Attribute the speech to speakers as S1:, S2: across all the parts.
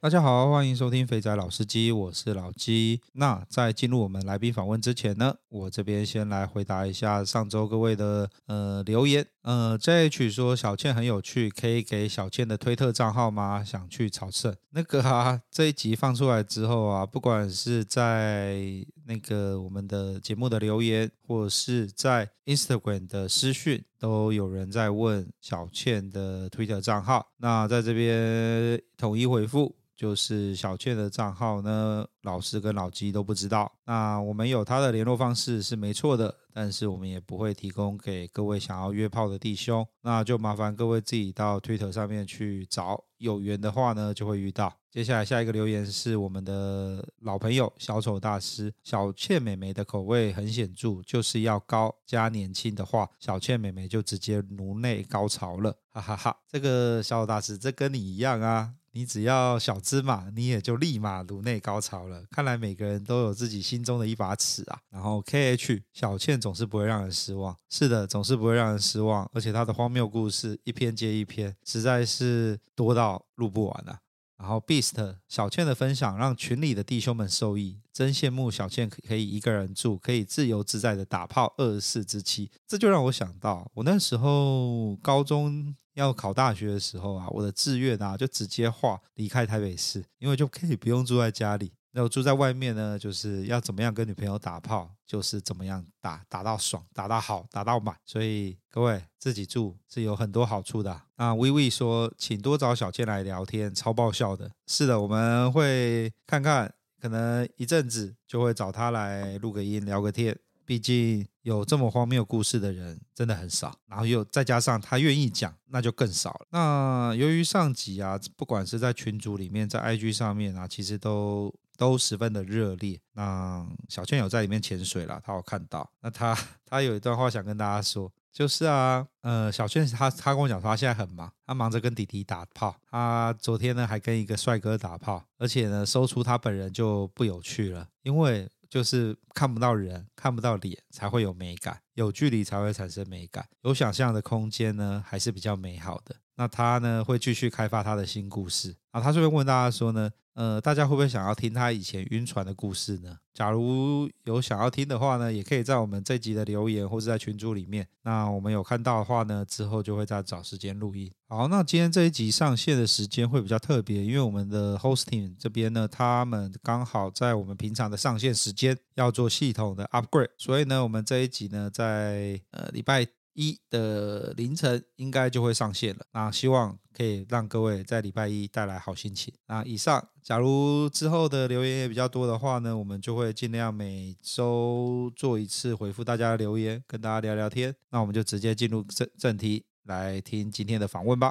S1: 大家好，欢迎收听肥仔老司机，我是老鸡。那在进入我们来宾访问之前呢，我这边先来回答一下上周各位的呃留言。呃，JH 说小倩很有趣，可以给小倩的推特账号吗？想去朝圣那个啊， 这一集放出来之后啊，不管是在那个我们的节目的留言，或是在 Instagram 的私讯，都有人在问小倩的 Twitter 账号。那在这边统一回复。就是小倩的账号呢，老师跟老鸡都不知道。那我们有他的联络方式是没错的，但是我们也不会提供给各位想要约炮的弟兄。那就麻烦各位自己到 Twitter 上面去找，有缘的话呢就会遇到。接下来下一个留言是我们的老朋友小丑大师，小倩美眉的口味很显著，就是要高加年轻的话，小倩美眉就直接颅内高潮了，哈哈哈这个小丑大师，这跟你一样啊。你只要小芝麻，你也就立马颅内高潮了。看来每个人都有自己心中的一把尺啊。然后 K H 小倩总是不会让人失望，是的，总是不会让人失望。而且她的荒谬故事一篇接一篇，实在是多到录不完啊。然后 Beast 小倩的分享让群里的弟兄们受益，真羡慕小倩可以一个人住，可以自由自在的打炮二十四之七。这就让我想到，我那时候高中要考大学的时候啊，我的志愿啊就直接画离开台北市，因为就可以不用住在家里。那我住在外面呢，就是要怎么样跟女朋友打炮，就是怎么样打，打到爽，打到好，打到满。所以各位自己住是有很多好处的啊。那微微说，请多找小倩来聊天，超爆笑的。是的，我们会看看，可能一阵子就会找她来录个音，聊个天。毕竟有这么荒谬故事的人真的很少，然后又再加上他愿意讲，那就更少了。那由于上集啊，不管是在群组里面，在 IG 上面啊，其实都都十分的热烈。那小倩有在里面潜水啦，她有看到。那她她有一段话想跟大家说，就是啊，呃，小倩她她跟我讲说，她现在很忙，她忙着跟弟弟打炮，她昨天呢还跟一个帅哥打炮，而且呢搜出她本人就不有趣了，因为。就是看不到人，看不到脸，才会有美感，有距离才会产生美感，有想象的空间呢，还是比较美好的。那他呢，会继续开发他的新故事。啊，他顺便问大家说呢，呃，大家会不会想要听他以前晕船的故事呢？假如有想要听的话呢，也可以在我们这集的留言或是在群组里面。那我们有看到的话呢，之后就会再找时间录音。好，那今天这一集上线的时间会比较特别，因为我们的 hosting 这边呢，他们刚好在我们平常的上线时间要做系统的 upgrade，所以呢，我们这一集呢，在呃礼拜。一的凌晨应该就会上线了，那希望可以让各位在礼拜一带来好心情。那以上，假如之后的留言也比较多的话呢，我们就会尽量每周做一次回复大家的留言，跟大家聊聊天。那我们就直接进入正正题，来听今天的访问吧。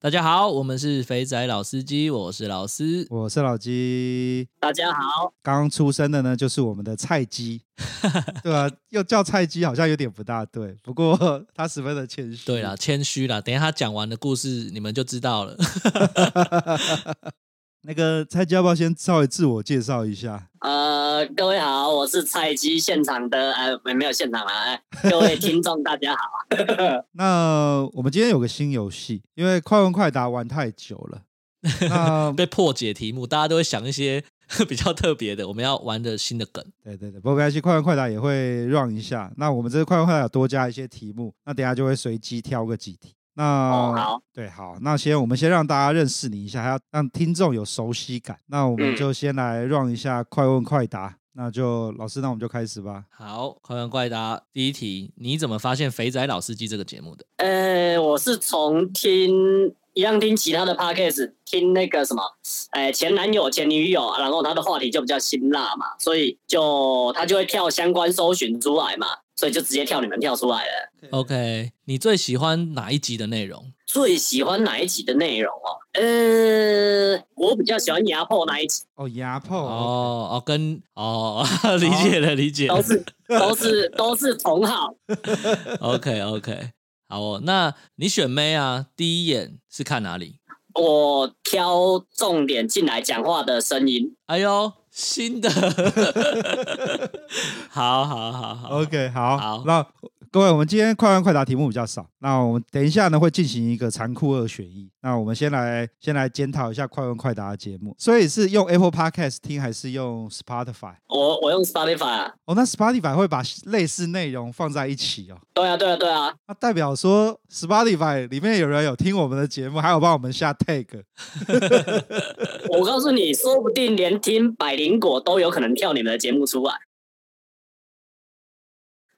S2: 大家好，我们是肥仔老司机，我是老司。
S1: 我是老鸡，
S2: 大家好，
S1: 刚出生的呢就是我们的 菜鸡，对啊，又叫菜鸡好像有点不大对，不过他十分的谦虚。
S2: 对啦，谦虚啦，等一下他讲完的故事你们就知道了。
S1: 那个蔡鸡要不要先稍微自我介绍一下？
S3: 呃，各位好，我是菜鸡现场的，呃，没没有现场啊，哎各位听众大家好，
S1: 那我们今天有个新游戏，因为快问快答玩太久了，那
S2: 被破解题目，大家都会想一些
S4: 比较特别的，我们要玩的新的梗。
S1: 对对对，不过没关系，快问快答也会 run 一下。那我们这次快问快答有多加一些题目，那等一下就会随机挑个几题。那、
S3: 哦好
S1: 对好，那先我们先让大家认识你一下，还要让听众有熟悉感。那我们
S3: 嗯
S1: 就先来 run 一下快问快答。那就老师，那我们就开始吧。
S4: 好，快问快答，第一题，你怎么发现《肥仔老司机》这个节目的？
S3: 呃，我是从听一样听其他的 podcast，听那个什么，呃，前男友、前女友，然后他的话题就比较辛辣嘛，所以就他就会跳相关搜寻出来嘛，所以就直接跳你们跳出来了。
S4: OK，你最喜欢哪一集的内容？
S3: 最喜欢哪一集的内容哦？呃，我比较喜欢牙破那一集，
S1: 哦，牙破
S4: 哦哦，跟哦， 理解了，理解了。
S3: 都是都是都是同好。
S4: OK OK，好哦。那你选妹啊，第一眼是看哪里？
S3: 我挑重点进来讲话的声音，
S4: 哎呦，新的， 好好好好
S1: OK，好，
S4: 好
S1: 那各位，我们今天快问快答题目比较少，那我们等一下呢会进行一个残酷二选一。那我们先来先来检讨一下快问快答的节目，所以是用 Apple Podcast 听还是用 Spotify？
S3: 我我用 Spotify 啊。
S1: 哦，那 Spotify 会把类似内容放在一起哦，
S3: 对啊，对啊，对啊，
S1: 那代表说 Spotify 里面有人有听我们的节目，还有帮我们下 tag。
S3: 我告诉你，说不定连听百灵果都有可能跳你们的节目出来。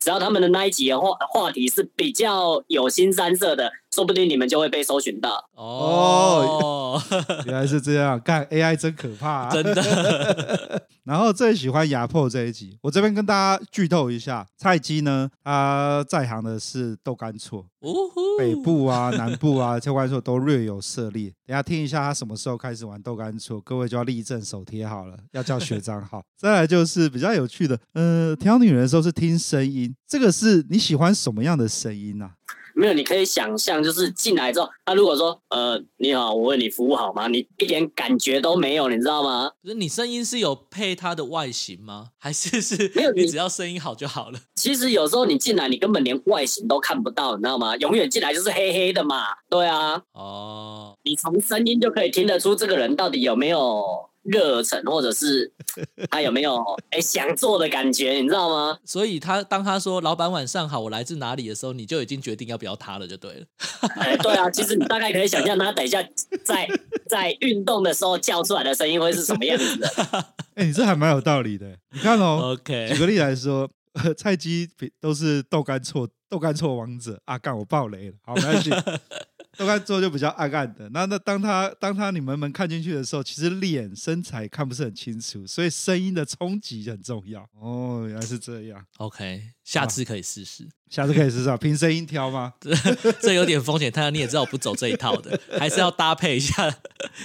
S3: 只要他们的那一集的话话题是比较有新三色的，说不定你们就会被搜寻到。
S4: 哦，
S1: 原来是这样，干 AI 真可怕、啊，
S4: 真的
S1: 然后最喜欢牙破这一集，我这边跟大家剧透一下，菜鸡呢，他在行的是豆干错，
S4: 呜呼
S1: 北部啊、南部啊，豆干错都略有涉猎。等一下听一下他什么时候开始玩豆干错，各位就要立正手贴好了，要叫学长好。再来就是比较有趣的，呃，挑女人的时候是听声音，这个是你喜欢什么样的声音啊？
S3: 没有，你可以想象，就是进来之后，他如果说，呃，你好，我为你服务好吗？你一点感觉都没有，你知道吗？
S4: 不是你声音是有配它的外形吗？ 还是是
S3: 没有
S4: 你
S3: 你
S4: 只要声音好就好了？
S3: 其实有时候你进来，你根本连外形都看不到，你知道吗？永远进来就是黑黑的嘛。对啊，
S4: 哦，
S3: 你从声音就可以听得出这个人到底有没有热忱，或者是他有没有哎、想做的感觉，你知道吗？
S4: 所以他当他说“老板晚上好，我来自哪里”的时候，你就已经决定要不要他了，就对了。
S3: 哎、对啊，其实你大概可以想象他等一下在在运动的时候叫出来的声音会是什么样子的。
S1: 哎，你这还蛮有道理的。你看哦，举
S4: OK，
S1: 个例来说，呃菜鸡比都是豆干错豆干错王者啊！干我爆雷了，好没关 系。豆干错就比较暗暗的，那那当他当他你们们看进去的时候，其实脸身材看不是很清楚，所以声音的冲击很重要。哦，原来是这样，
S4: OK，下次可以试试。
S1: 下次可以试试，凭声音挑吗？
S4: 这有点风险，但你也知道我不走这一套 的，还是要搭配一下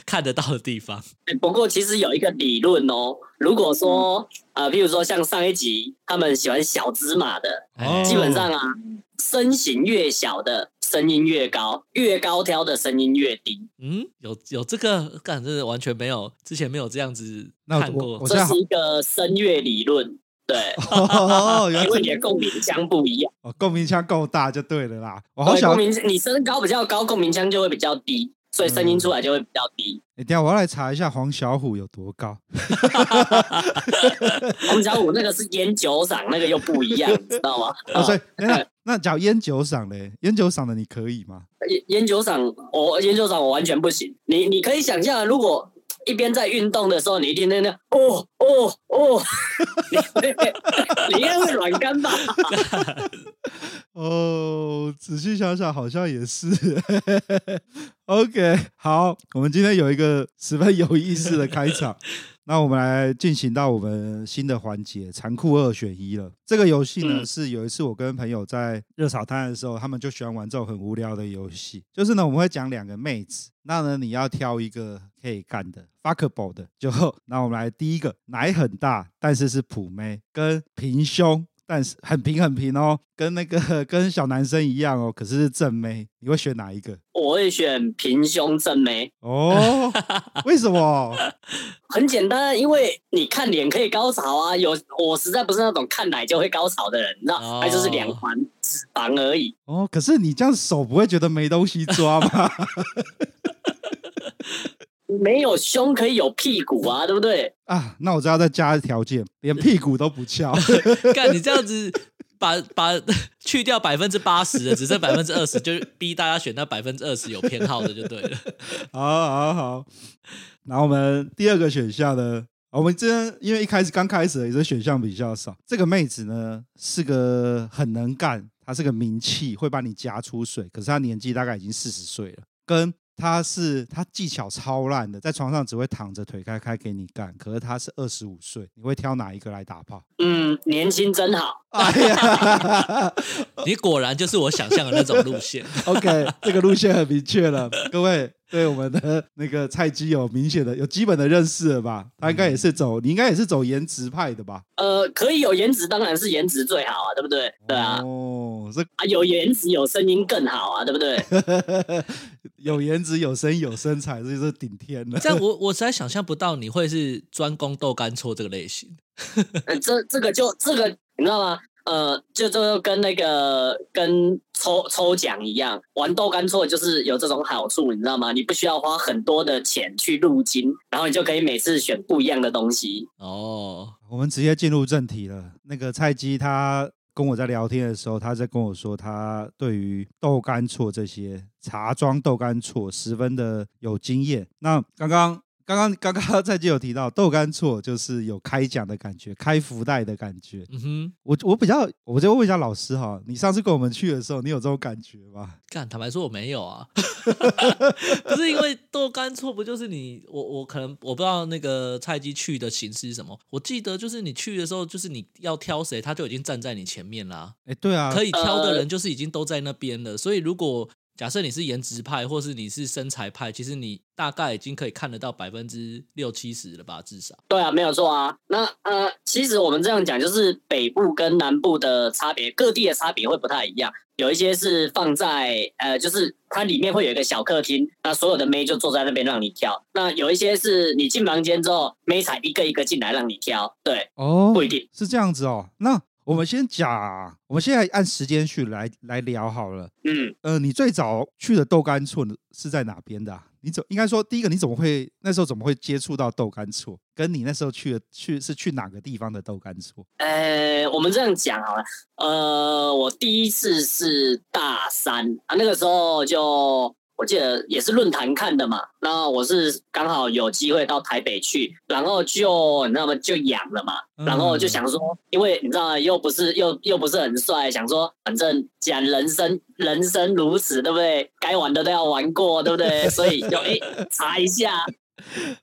S4: 看得到的地方。
S3: 哎不过其实有一个理论哦，如果说呃，譬如说像上一集他们喜欢小芝麻的，
S1: 哦
S4: 哎
S3: 基本上啊，身形越小的声音越高，越高挑的声音越低，
S4: 嗯，有有这个，干，真的完全没有，之前没有这样子
S1: 那我
S4: 看过
S1: 我。现
S3: 这
S1: 在好
S3: 是一个声乐理论。对，
S1: 哦，原来
S3: 因为你
S1: 是
S3: 的共鸣腔不一样，
S1: 哦，共鸣腔够大就对了啦。我
S3: 对
S1: 好想
S3: 共鸣，你身高比较高，共鸣腔就会比较低，所以声音出来就会比较低。
S1: 哎等一下我要来查一下黄小虎有多高。
S3: 啊
S1: 嗯
S3: 我们讲我那个是烟酒嗓，那个又不一 样，你知道吗？
S1: 哦，所以那那假如烟酒嗓嘞，烟酒嗓的你可以吗？
S3: 啊烟烟酒嗓，我烟酒嗓我完全不行。你你可以想象，如果一边在运动的时候，你一天在那哦哦 哦，你 你应该会软干吧？
S1: 哦，仔细想想，好像也是。OK，好，我们今天有一个十分有意思的开场，那我们来进行到我们新的环节——残酷二选一了。这个游戏呢，
S3: 嗯
S1: 是有一次我跟朋友在热炒摊的时候，他们就喜欢玩这种很无聊的游戏，就是呢，我们会讲两个妹子，那呢，你要挑一个可以干的 fuckable 的，就那我们来第一个，奶很大但是是普妹，跟平胸。但是很平很平哦，跟那个跟小男生一样哦，可是是正妹，你会选哪一个？
S3: 我会选平胸正眉，
S1: 哦，为什么？
S3: 很简单，因为你看脸可以高潮啊。有我实在不是那种看奶就会高潮的人，你知道，
S4: 哦
S3: 那、就是两环脂肪而已。
S1: 哦，可是你这样手不会觉得没东西抓吗？
S3: 你没有胸可以有屁股啊，对不对？
S1: 啊，那我知道再加条件，连屁股都不翘。
S4: 干你这样子把把 去掉百分之八十的，只剩百分之二十，就是逼大家选那百分之二十有偏好的就对了。
S1: 好好好，然后我们第二个选项呢，哦我们真因为一开始刚开始也是选项比较少。这个妹子呢是个很能干，她是个名气，会把你夹出水。可是她年纪大概已经四十岁了，跟她是她技巧超烂的，在床上只会躺着腿开开给你干。可是她是二十五岁，你会挑哪一个来打炮？
S3: 嗯，年轻真好。
S1: 哎呀
S4: 你果然就是我想象的那种 路线。
S1: ，OK，这个路线很明确了，各位。对我们的那个菜鸡有明显的、有基本的认识了吧？他应该也是走，你应该也是走颜值派的吧？
S3: 呃，可以有颜值，当然是颜值最好啊，对不对？对啊，
S1: 哦，这
S3: 啊有颜值有声音更好啊，对不对？
S1: 有颜值、有声、有身材，这就是顶天了。
S4: 这样我我实在想象不到你会是专攻豆干错这个类型。
S3: 呃，这这个就这个你知道吗？呃，就这就跟那个跟抽抽奖一样，玩豆干错就是有这种好处，你知道吗？你不需要花很多的钱去入金，然后你就可以每次选不一样的东西。
S4: 哦，
S1: 我们直接进入正题了。那个菜鸡他跟我在聊天的时候，他在跟我说，他对于豆干错这些茶庄豆干错十分的有经验。那刚刚。刚刚刚刚菜鸡有提到豆干错，就是有开奖的感觉，开福袋的感觉。
S4: 嗯哼，
S1: 我我比较，我就问一下老师哈，你上次跟我们去的时候，你有这种感觉吗？
S4: 干，坦白说我没有啊， 不是因为豆干错，不就是你我我可能我不知道那个菜鸡去的形式是什么。我记得就是你去的时候，就是你要挑谁，他就已经站在你前面啦、
S1: 哎，对啊，
S4: 可
S1: 以
S4: 以挑
S3: 呃
S4: 的人就是已经都在那边了，所以如果假设你是颜值派，或是你是身材派，其实你大概已经可以看得到百分之六七十了吧，至少。
S3: 对啊，没有错啊。那呃，其实我们这样讲，就是北部跟南部的差别，各地的差别会不太一样。有一些是放在呃，就是它里面会有一个小客厅，那所有的妹就坐在那边让你挑。那有一些是你进房间之后，妹才一个一个进来让你挑。对，
S1: 哦
S3: 不一定。
S1: 是这样子哦。那我们先讲，我们现在按时间序来来聊好了。
S3: 嗯，
S1: 呃，你最早去的豆干厝是在哪边的啊、你怎应该说第一个，你怎么会那时候怎么会接触到豆干厝？跟你那时候去的去是去哪个地方的豆干厝？
S3: 呃，我们这样讲好了。呃，我第一次是大三啊，那个时候就我记得也是论坛看的嘛。那我是刚好有机会到台北去，然后就你知道吗？就痒了嘛，
S1: 嗯
S3: 然后就想说，因为你知道吗又不是又又不是很帅，想说反正既然人生人生如此，对不对？该玩的都要玩过，对不对？所以就哎、查一下，
S1: 嗯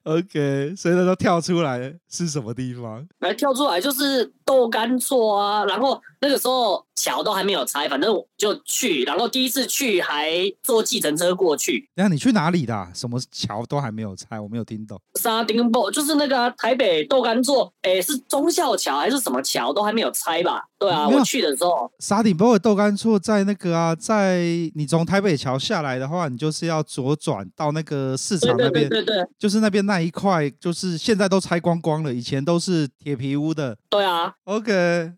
S1: OK，所以那时候跳出来是什么地方？
S3: 来跳出来就是豆干错啊，然后那个时候桥都还没有拆，反正我就去，然后第一次去还坐计程车过去，
S1: 等一下你去哪里的啊、什么桥都还没有拆，我没有听懂。
S3: 沙丁堡就是那个啊、台北豆干座，诶，是忠孝桥还是什么桥都还没有拆吧？对啊，
S1: 没有
S3: 我去的时候，
S1: 沙顶坡的豆干厝在那个啊，在你从台北桥下来的话，你就是要左转到那个市
S3: 对
S1: 场那
S3: 对对
S1: 边，
S3: 对对
S1: 就是那边那一块，就是现在都拆光光了，以前都是铁皮屋的。
S3: 对啊，
S1: OK，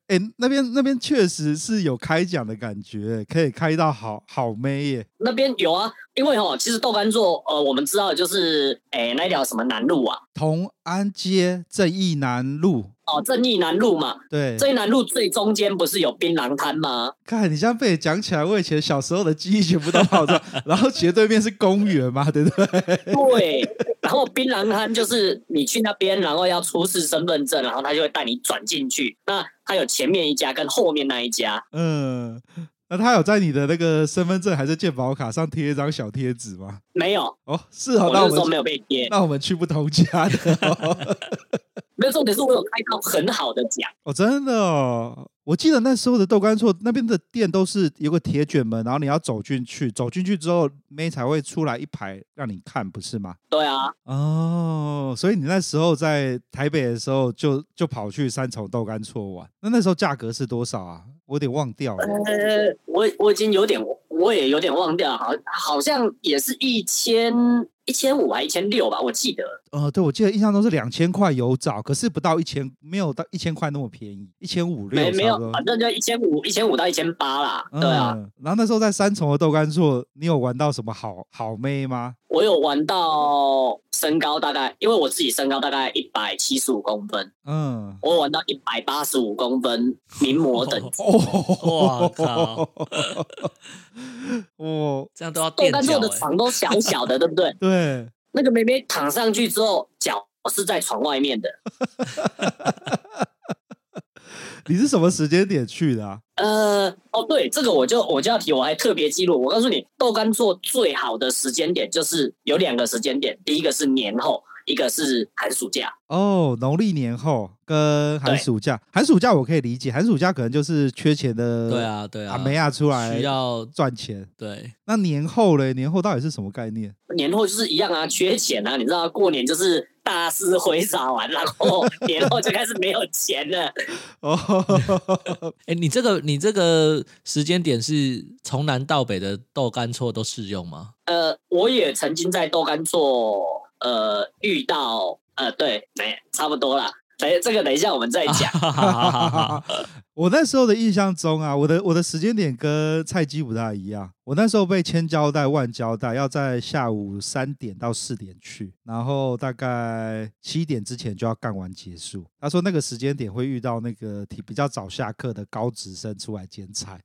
S1: 哎、那边那边确实是有开奖的感觉，可以开到好好妹耶。
S3: 那边有啊，因为哦，其实豆干座，呃，我们知道的就是诶那条什么南路啊，
S1: 同安街正义南路，
S3: 哦正义南路嘛，
S1: 对，
S3: 正义南路最中间不是有槟榔摊吗？
S1: 看你这样被讲起来，我以前小时候的记忆全部都跑出来，然后斜对面是公园嘛，对不对？
S3: 对， 然后槟榔摊就是你去那边，然后要出示身份证，然后他就会带你转进去。那他有前面一家跟后面那一家，
S1: 嗯，那他有在你的那个身份证还是健保卡上贴一张小贴纸吗？
S3: 没有，
S1: 哦，是哦，
S3: 我
S1: 那
S3: 那
S1: 我
S3: 时候
S1: 们
S3: 没有被贴。
S1: 那我们去不同家的哦, 、
S3: 没有重点是我有开到很好的奖，
S1: 哦，真的哦。我记得那时候的豆干厝那边的店都是有个铁卷门，然后你要走进去，走进去之后妹才会出来一排让你看，不是吗？
S3: 对啊，
S1: 哦，所以你那时候在台北的时候就就跑去三重豆干厝玩，那那时候价格是多少啊？我有点忘掉了。
S3: 呃，我我已经有点，我也有点忘掉，好，好像也是一千一千五还一千六吧，我记得。
S1: 呃，对，我记得印象中是两千块有找，可是不到一千，没有到一千块那么便宜，一千五六
S3: 没没有
S1: 差不多，。
S4: 啊
S3: 反正就一千五，一千五到一千八啦。对啊，
S1: 嗯，然后那时候在三重的豆干厝，你有玩到什么好好妹吗？
S3: 我有玩到身高大概，因为我自己身高大概一百七十五公分，
S1: 嗯，
S3: 我有玩到一百八十五公分名模等级。
S4: 我靠，
S1: 哦，
S4: 这样都要
S3: 豆
S4: 垫
S3: 干
S4: 脚
S3: 做的
S4: 哎、
S3: 床都小小的，对不对？
S1: 对，
S3: 那个妹妹躺上去之后，脚是在床外面的。
S1: 你是什么时间点去的啊？
S3: 呃，哦，对，这个我就我就要提，我还特别记录。我告诉你，豆干做最好的时间点就是有两个时间点，第一个是年后，一个是寒暑假。
S1: 哦，农历年后跟寒
S3: 对
S1: 暑假，寒暑假我可以理解，寒暑假可能就是缺钱的，
S4: 对，啊，对啊，
S1: 阿梅亚出来
S4: 需要
S1: 赚钱。
S4: 对，
S1: 那年后嘞，年后到底是什么概念？
S3: 年后就是一样啊，缺钱啊，你知道，过年就是大肆挥洒完，然后 年后就开始没有钱了。
S1: 哦，
S4: 哎、你这个你这个时间点是从南到北的豆干错都适 用吗？
S3: 呃，我也曾经在豆干做，呃，遇到，呃，对，没，差不多啦。等这个等一下我们再讲。
S4: 哈哈哈哈哈哈
S1: 我那时候的印象中啊，我的我的时间点跟菜鸡不大一样。我那时候被千交代万交代，要在下午三点到四点去，然后大概七点之前就要干完结束。他说那个时间点会遇到那个体比较早下课的高职生出来剪彩，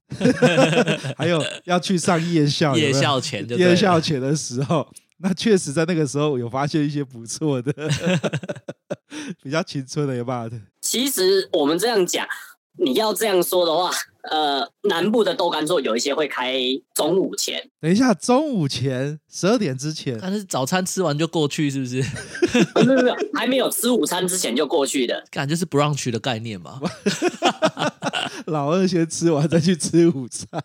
S1: 还有要去上夜校，有
S4: 夜
S1: 没有
S4: 校前就对
S1: 夜
S4: 了
S1: 校前的时候。那确实，在那个时候有发现一些不错的， 比较青春的，有办法。
S3: 其实我们这样讲，你要这样说的话，呃，南部的豆干座有一些会开中午前，
S1: 等一下，中午前十二点之前，
S4: 但是早餐吃完就过去，是不是？
S3: 没有没有没有，还没有吃午餐之前就过去的。
S4: 感觉是 brunch 的概念嘛？
S1: 老二先吃完再去吃午餐。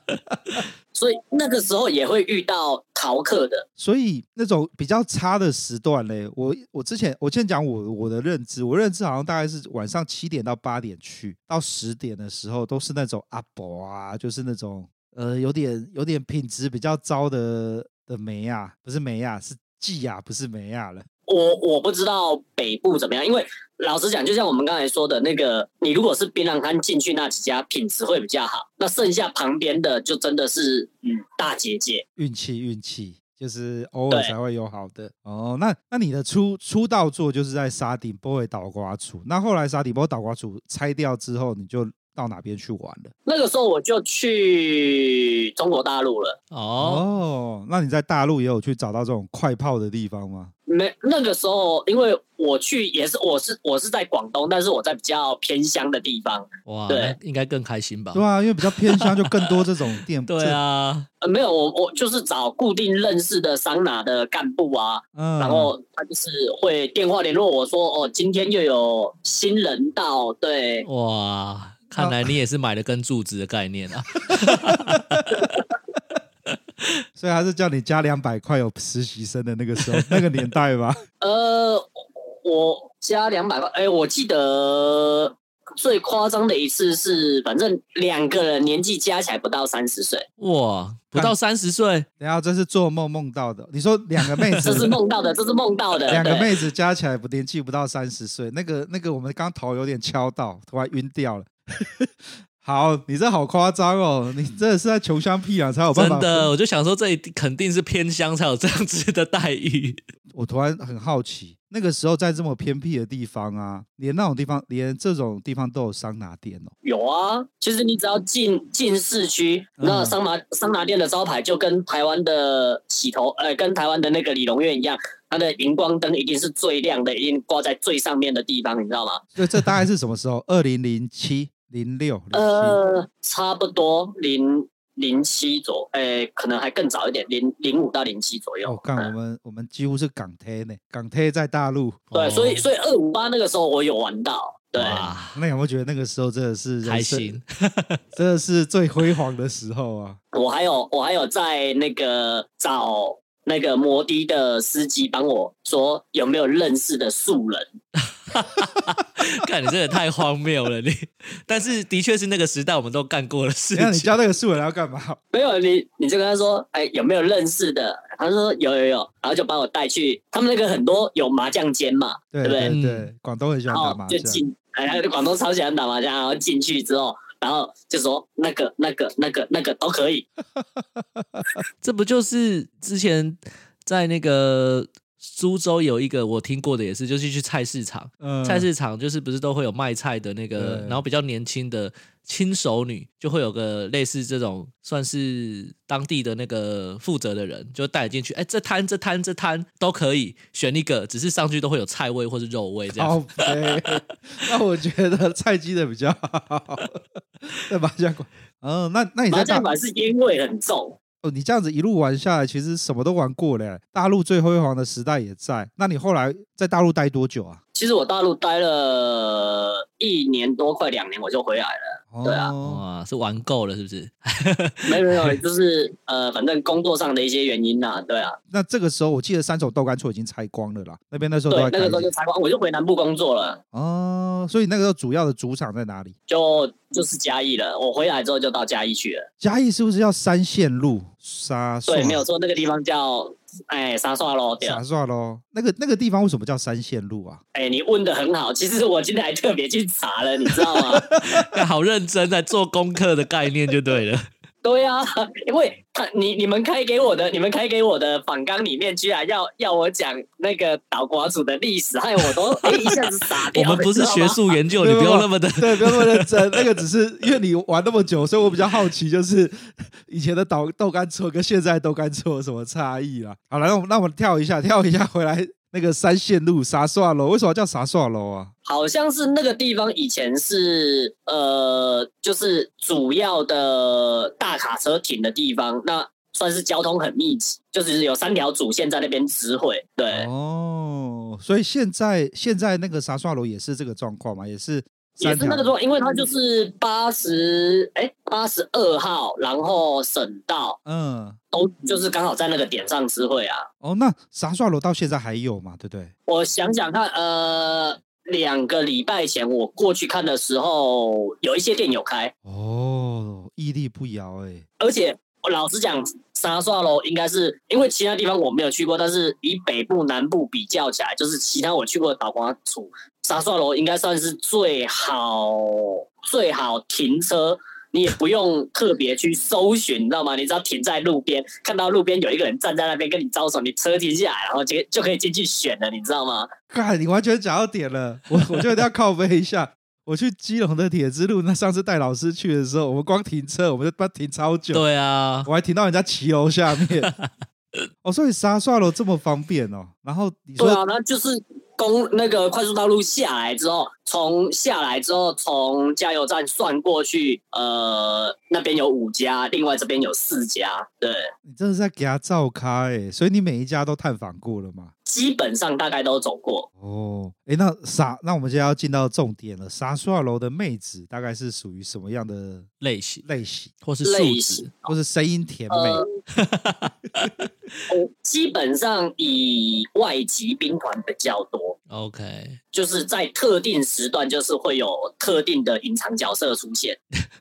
S3: 所以那个时候也会遇到逃课的，
S1: 所以那种比较差的时段嘞，我我之前我先讲我我的认知，我认知好像大概是晚上七点到八点去，到十点的时候都是那种阿伯啊，就是那种呃有点有点品质比较糟的的梅亚，不是梅啊亚是季亚，不是梅亚了。
S3: 我我不知道北部怎么样，因为老实讲，就像我们刚才说的那个，你如果是槟榔摊进去那几家，品质会比较好，那剩下旁边的就真的是嗯大姐姐。
S1: 运气运气，就是偶尔
S3: 对
S1: 才会有好的。哦，那那你的出出道作就是在沙顶波的岛瓜处，那后来沙顶波岛瓜处拆掉之后，你就到哪边去玩了？
S3: 那个时候我就去中国大陆了，
S4: 哦，
S1: 哦，那你在大陆也有去找到这种快炮的地方吗？
S3: 没那个时候，因为我去也是我是我是在广东，但是我在比较偏乡的地方，
S4: 哇，
S3: 对
S4: 那应该更开心吧？
S1: 哦对啊，因为比较偏乡，就更多这种 店。
S4: 对啊，
S3: 呃，没有我我就是找固定认识的桑拿的干部啊，
S1: 这，嗯，
S3: 然后他就是会电话联络我说，哦，今天又有新人到，对，
S4: 哇，看来你也是买的跟柱子的概念啊。
S1: 所以还是叫你加两百块有实习生的那个时候那个年代吧。
S3: 呃，我加两百块，哎，我记得最夸张的一次是，反正两个人年纪加起来不到三十岁，
S4: 哇，不到三十岁，
S1: 然后这是做梦梦到的，你说两个妹子，
S3: 这是梦到的，这是梦 到的，
S1: 两个
S3: 对
S1: 妹子加起来不年纪不到三十岁，那个那个我们刚头有点敲到，突然晕掉了。 好，你这好夸张哦！你真的是在穷乡僻壤才有办
S4: 真
S1: 法。
S4: 的，我就想说这一定肯定是偏乡才有这样子的待遇。
S1: 我突然很好奇，那个时候在这么偏僻的地方啊，连那种地方，连这种地方都有桑拿店哦。
S3: 有啊，其实你只要进进市区，
S1: 嗯
S3: 那桑拿桑拿店的招牌就跟台湾的洗头，呃，跟台湾的那个理容院一样，它的荧光灯一定是最亮的，一定挂在最上面的地方，你知道吗？
S1: 所以这大概是什么时候？ 二零零七、零六、零七。
S3: 呃，差不多零零七左，诶、可能还更早一点，零零五到零七左右。
S1: 哦，看我
S3: 嗯
S1: 们我们几乎是港贴呢，港贴在大陆。
S3: 对，所以
S4: 哦
S3: 所以二五八那个时候我有玩到，对，
S4: 哇，
S1: 那有没有觉得那个时候真的是人
S4: 开
S1: 生，
S4: 心
S1: 真的是最辉煌的时候啊？
S3: 我还有我还有在那个找那个摩的的司机帮我说有没有认识的素人。
S4: 看你真的太荒谬了你。但是的确是那个时代我们都干过的事
S1: 那你
S4: 情。
S1: 加那个素人要干嘛？
S3: 没有你，你就跟他说，哎，有没有认识的？他说有有有，然后就把我带去他们那个很多有麻将间嘛，
S1: 对
S3: 对不对
S1: 对
S4: 嗯
S1: 广东很喜欢
S3: 然
S1: 打
S3: 后
S1: 麻
S3: 哦就
S1: 将，
S3: 进，哎，广东超喜欢打麻将，然后进去之后，然后就说那个那个那个那个都可以，
S4: 这不就是之前在那个苏州有一个我听过的也是，就是去菜市场，
S1: 嗯
S4: 菜市场就是不是都会有卖菜的那个，
S1: 对
S4: 然后比较年轻的亲手女就会有个类似这种，算是当地的那个负责的人，就带你进去，哎，这摊这摊这摊都可以选一个，只是上去都会有菜味或是肉味这样。
S1: 好肥。哦 那我觉得菜鸡的比较好，在麻将馆。嗯，那那你在
S3: 麻
S1: 大
S3: 将馆是烟味很重，
S1: 哦，你这样子一路玩下来，其实什么都玩过了。大陆最辉煌的时代也在。那你后来在大陆待多久啊？
S3: 其实我大陆待了一年多，快两年我就回 来了。对啊
S1: 哦，
S4: 哇，是玩够了是不是？
S3: 没有没有，就是呃，反正工作上的一些原因呐、对啊，
S1: 那这个时候我记得三重豆干厝已经拆光了啦，那边那时候
S3: 对
S1: 都在，
S3: 那个
S1: 开
S3: 时候就
S1: 业
S3: 采访，我就回南部工作了，
S1: 哦，所以那个时候主要的主场在哪里？
S3: 就就是嘉义了。我回来之后就到嘉义去了。
S1: 嘉义是不是叫三线路沙
S3: 对，
S1: 唰
S3: 没有错，那个地方叫哎沙刷咯，对啊
S1: 傻。刷喽？那个那个地方为什么叫三线路啊？
S3: 哎，你问的很好，其实我今天还特别去查了，你知道吗？
S4: 干好认真在做功课的概念就对 了。
S3: 对啊，因为他你你们开给我的，你们开给我的访纲里面居然要要我讲那个岛国主的历史，害我都、哎一下子傻
S4: 我
S3: 掉。
S4: 们不是
S3: 你知道
S4: 学
S3: 吗，
S4: 术研究，你不用那 么的
S1: 对，不用那么认真。那个只是因为你玩那么久，所以我比较好奇，就是以前的豆豆干错跟现在的豆干错有什么差异 啦？好了，那我们那我们跳一下，跳一下回来那个三线路啥刷楼，为什么叫啥刷楼啊？
S3: 好像是那个地方以前是呃，就是主要的大卡车停的地方，那算是交通很密集，就是有三条主线在那边指挥。
S1: 哎
S3: 对，
S1: 哦，所以现在现在那个啥刷楼也是这个状况嘛，也是
S3: 也
S1: 三
S3: 是那个
S1: 条
S3: 地方，因为它就是八十哎八十二号，然后省道
S1: 嗯。
S3: 都就是刚好在那个点上指挥啊。
S1: 哦，那啥刷楼到现在还有嘛？对不对？
S3: 我想想看，呃，两个礼拜前我过去看的时候，有一些店有开，
S1: 哦，屹立不摇哎、
S3: 而且我老实讲，沙刷楼应该是因为其他地方我没有去过，但是以北部、南部比较起来，就是其他我去过的岛光处，沙刷楼应该算是最好最好停车。你也不用特别去搜寻，你知道吗？你只要停在路边，看到路边有一个人站在那边跟你招手，你车停下来，然后就就可以进去选了，你知道吗？
S1: 干，你完全讲到点了，我我就一定要靠背一下。 我去基隆的铁之路，那上次带老师去的时候，我们光停车，我们就他妈停超久，
S4: 对啊，
S1: 我还停到人家骑楼下 面。哦，所以沙刷楼这么方便哦。然后你说
S3: 对啊，那就是公那个快速道路下来之后，从下来之后，从加油站算过去，呃，那边有五家，另外这边有四家，对，
S1: 你真的是在给他照咖哎，所以你每一家都探访过了吗？
S3: 基本上大概都走过。
S1: 哦，哎，那沙，那我们现在要进到重点了。沙刷楼的妹子大概是属于什么样的
S4: 类型
S1: 类型，
S4: 或是
S3: 类
S4: 素
S3: 型
S4: 质，
S1: 或是声音甜美？
S3: 呃，我基本上以外籍兵团比较多，
S4: OK，
S3: 就是在特定时段，就是会有特定的隐藏角色出现。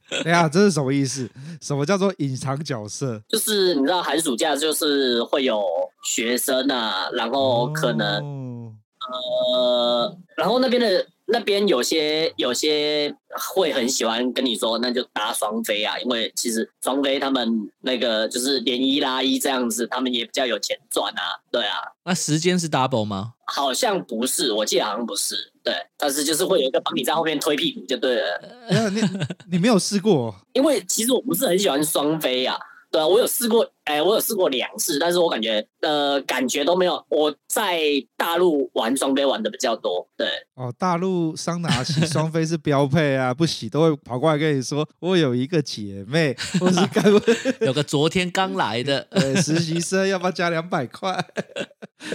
S1: 等一下，这是什么意思？什么叫做隐藏角色？
S3: 就是你知道寒暑假就是会有学生啊，然后可能
S1: 哦
S3: 呃，然后那边的那边有些有些会很喜欢跟你说，那就搭双飞啊，因为其实双飞他们那个就是连一拉一这样子，他们也比较有钱赚啊，对啊，
S4: 那时间是 double 吗？
S3: 好像不是，我记得好像不是，对，但是就是会有一个帮你在后面推屁股就对了，
S1: 没有哎 你你没有试过哦
S3: 因为其实我不是很喜欢双飞啊。对啊，我有试过，哎、我有试过两次，但是我感觉，呃，感觉都没有我在大陆玩双飞玩的比较多，对，
S1: 哦？大陆桑拿 洗双飞是标配啊，不洗都会跑过来跟你说，我有一个姐妹，或是干，
S4: 有个昨天刚来的
S1: 呃实习生，要不要加两百块？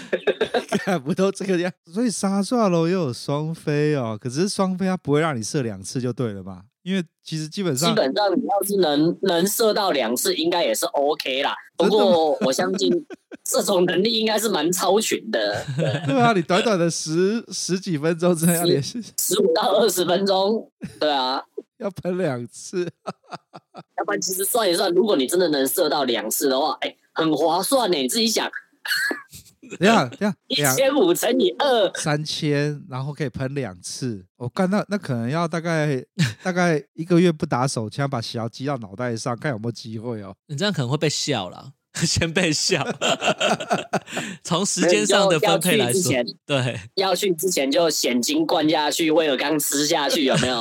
S1: 看不都这个样，所以沙刷楼也有双飞哦，可是双飞它不会让你射两次就对了嘛。因为其实基本
S4: 啊
S3: 基
S1: 上
S3: 本上你要是能能射到两次，应该也是 OK 啦。不过我相信 这种能力应该是蛮超 群的，
S1: 对啊，你短短的十十几分钟之内要连续
S3: 十五到二十分钟，对啊。
S1: 要喷两 次，
S3: 要不然其实算一算，如果你真的能射到两次的话，哎、很划算欸呢、你自己想，
S1: 等一下等
S3: 一
S1: 一
S4: 啊
S1: 下两
S3: 千五乘以二，
S1: 三千，然后可以喷两次。我、干那那可能要大概 大概一个月不打手枪，把小击到脑袋上，看有没有机会哦。
S4: 你这样可能会被笑啦， 先被笑。 从时间上的分配来
S3: 要去之
S4: 说
S3: 前，
S4: 对，
S3: 要去之前就险金灌下去，威尔刚吃下去，有没有？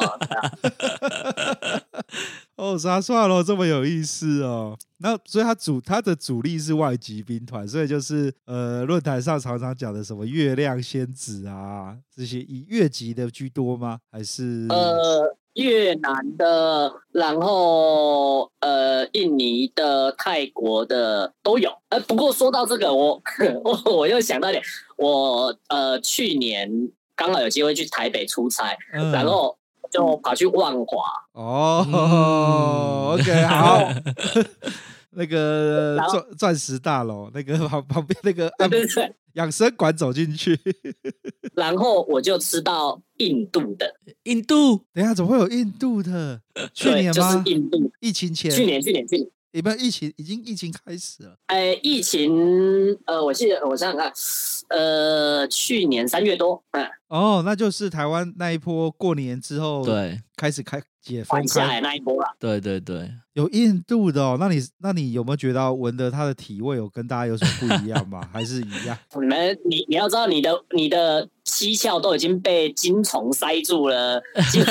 S1: 哦，啥算了，这么有意思哦。那所以他主他的主力是外籍兵团，所以就是呃论坛上常常讲的什么月亮仙子啊，这些以越级的居多吗？还是
S3: 呃，越南的，然后呃，印尼的、泰国的都有。呃，不过说到这个，我我我又想到一点，我呃去年刚好有机会去台北出差，
S1: 嗯
S3: 然后就跑去万华，嗯
S1: 哦、
S4: 嗯
S1: o k 好， 那个
S3: 然后
S1: 钻钻石大楼那个旁旁边那个
S3: 对
S1: 按
S3: 对对，
S1: 养生馆走进去，
S3: 然后我就吃到印度的，
S4: 印度
S1: 等一下怎么会有印度的？去
S3: 对
S1: 年
S3: 就是
S1: 吗？
S3: 印度，
S1: 疫情前，
S3: 去年去年去年。
S1: 你们疫情已经疫情开始了，
S3: 哎，疫情，呃，我记得我想想看，呃，去年三月多，嗯，
S1: 哦，那就是台湾那一波过年之后，，
S4: 对
S1: 开始开解封
S3: 缓下
S1: 开
S3: 来那一波啦。
S4: 对对对，
S1: 有印度的哦，那你那你有没有觉得闻的它的体味有跟大家有什么不一样吗？ 还是一样？
S3: 你们，你你要知道，你的你的七窍都已经被金虫塞住了，金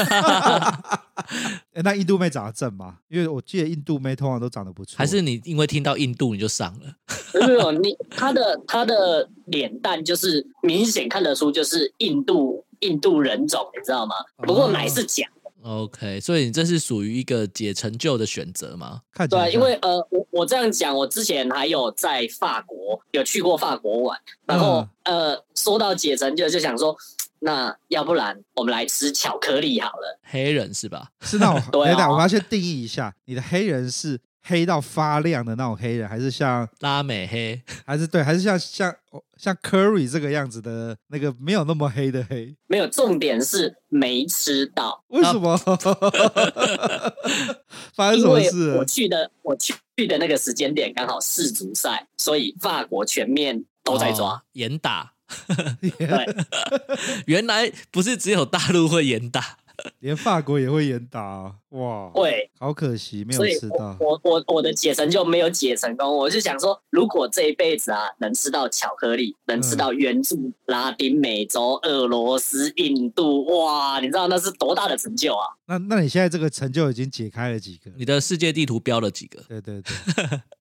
S1: 哎，那印度妹长得正吗？因为我记得印度妹通常都长得不错，
S4: 还是你因为听到印度你就上了，
S3: 没有没有你他的他的脸蛋就是明显看得出就是印度印度人种，你知道吗？不过奶是假，
S4: OK，所以你这是属于一个解成就的选择吗？
S1: 看起
S3: 对
S1: 来
S3: 啊，
S1: 像
S3: 因为呃，我我这样讲，我之前还有在法国有去过法国玩，然后、呃，说到解成就就想说，那要不然我们来吃巧克力好了。
S4: 黑人是吧？
S1: 是那种
S3: 对啊
S1: 等等，我们要先定义一下，你的黑人是黑到发亮的那种黑人，还是像
S4: 拉美黑，
S1: 还是对，还是像像像 Curry 这个样子的那个没有那么黑的黑？
S3: 没有，重点是没吃到。
S1: 为什么？ 发生什
S3: 因
S1: 么
S3: 为
S1: 事啊
S3: 我
S1: 了？
S3: 去的我去的那个时间点刚好世足赛，所以法国全面都在抓
S4: 哦。严打。
S3: 对，
S4: 原来不是只有大陆会严打，
S1: 连法国也会严打哦、哇，
S3: 会，
S1: 好可惜 没有
S3: 所以
S1: 吃
S3: 我
S1: 到。
S3: 我我我的解成就没有解成功。我就想说，如果这一辈子啊能吃到巧克力，能
S1: 嗯
S3: 吃到原住拉丁美洲、俄罗斯、印度，哇，你知道那是多大的成就啊！
S1: 那那你现在这个成就已经解开了几个？
S4: 你的世界地图标了几个？
S1: 对对对，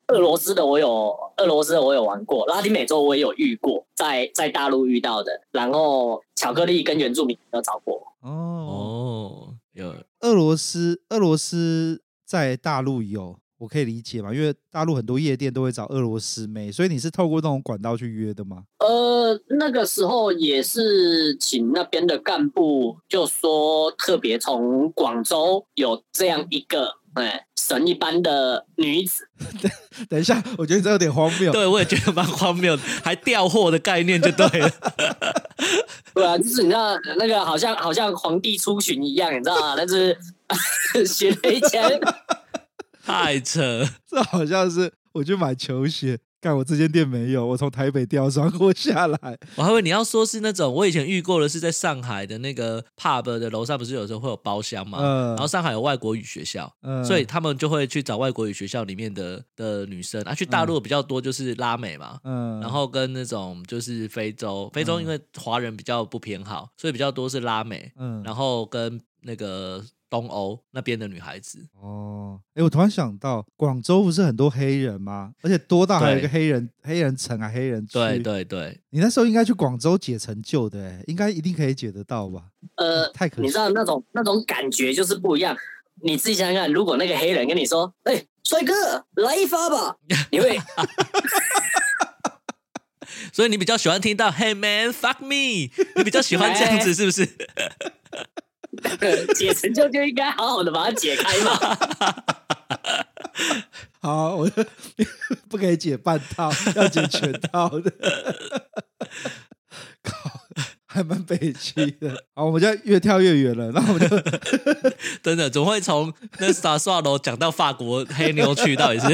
S3: 俄罗斯的我有，俄罗斯的我有玩过，拉丁美洲我也有遇过，在在大陆遇到的，然后巧克力跟原住民有找过。
S1: 哦，
S4: 哦，有
S1: 俄罗斯俄罗斯在大陆有。我可以理解嘛，因为大陆很多夜店都会找俄罗斯妹，所以你是透过那种管道去约的吗？
S3: 呃，那个时候也是请那边的干部就说，特别从广州有这样一个哎神一般的女子，
S1: 等一下，我觉得这有点荒 谬。
S4: 对，我也觉得蛮荒谬的，还调货的概念就对了。
S3: 对啊，就是你知道那个好像好像皇帝出巡一样，你知道吗？但是 学了一千，
S4: 太扯！
S1: 这好像是我去买球鞋，干我这间店没有，我从台北调双货下来。
S4: 我还以为你要说是那种我以前遇过的是在上海的那个 pub 的楼上，不是有时候会有包厢嘛？
S1: 嗯
S4: 然后上海有外国语学校，
S1: 嗯
S4: 所以他们就会去找外国语学校里面的的女生啊。去大陆比较多就是拉美嘛，
S1: 嗯，
S4: 然后跟那种就是非洲，非洲因为华人比较不偏好，所以比较多是拉美，
S1: 嗯，
S4: 然后跟那个东欧那边的女孩子。
S1: 哦，哎，我突然想到，广州不是很多黑人吗？而且多到还有一个黑人黑人城啊，黑人区。
S4: 对，对对，
S1: 你那时候应该去广州解成就的，欸诶应该一定可以解得到吧？
S3: 呃，
S1: 太可
S3: 你
S1: 惜
S3: 知。道那种那种感觉就是不一样。你自己想想看，如果那个黑人跟你说：“哎、帅哥，来一发吧！”你会
S4: 所以你比
S1: 哎
S4: 较喜欢听到 “Hey man, fuck me”，你比较喜欢这样子是不是？
S3: 解成就就应该好好的把它解开嘛。
S1: 好，我 不可以解半套，要解全套的。 靠，还蛮北区的。好，我们就越跳越远了。那我们就
S4: 真的总会从那萨刷楼讲到法国黑妞去，到底是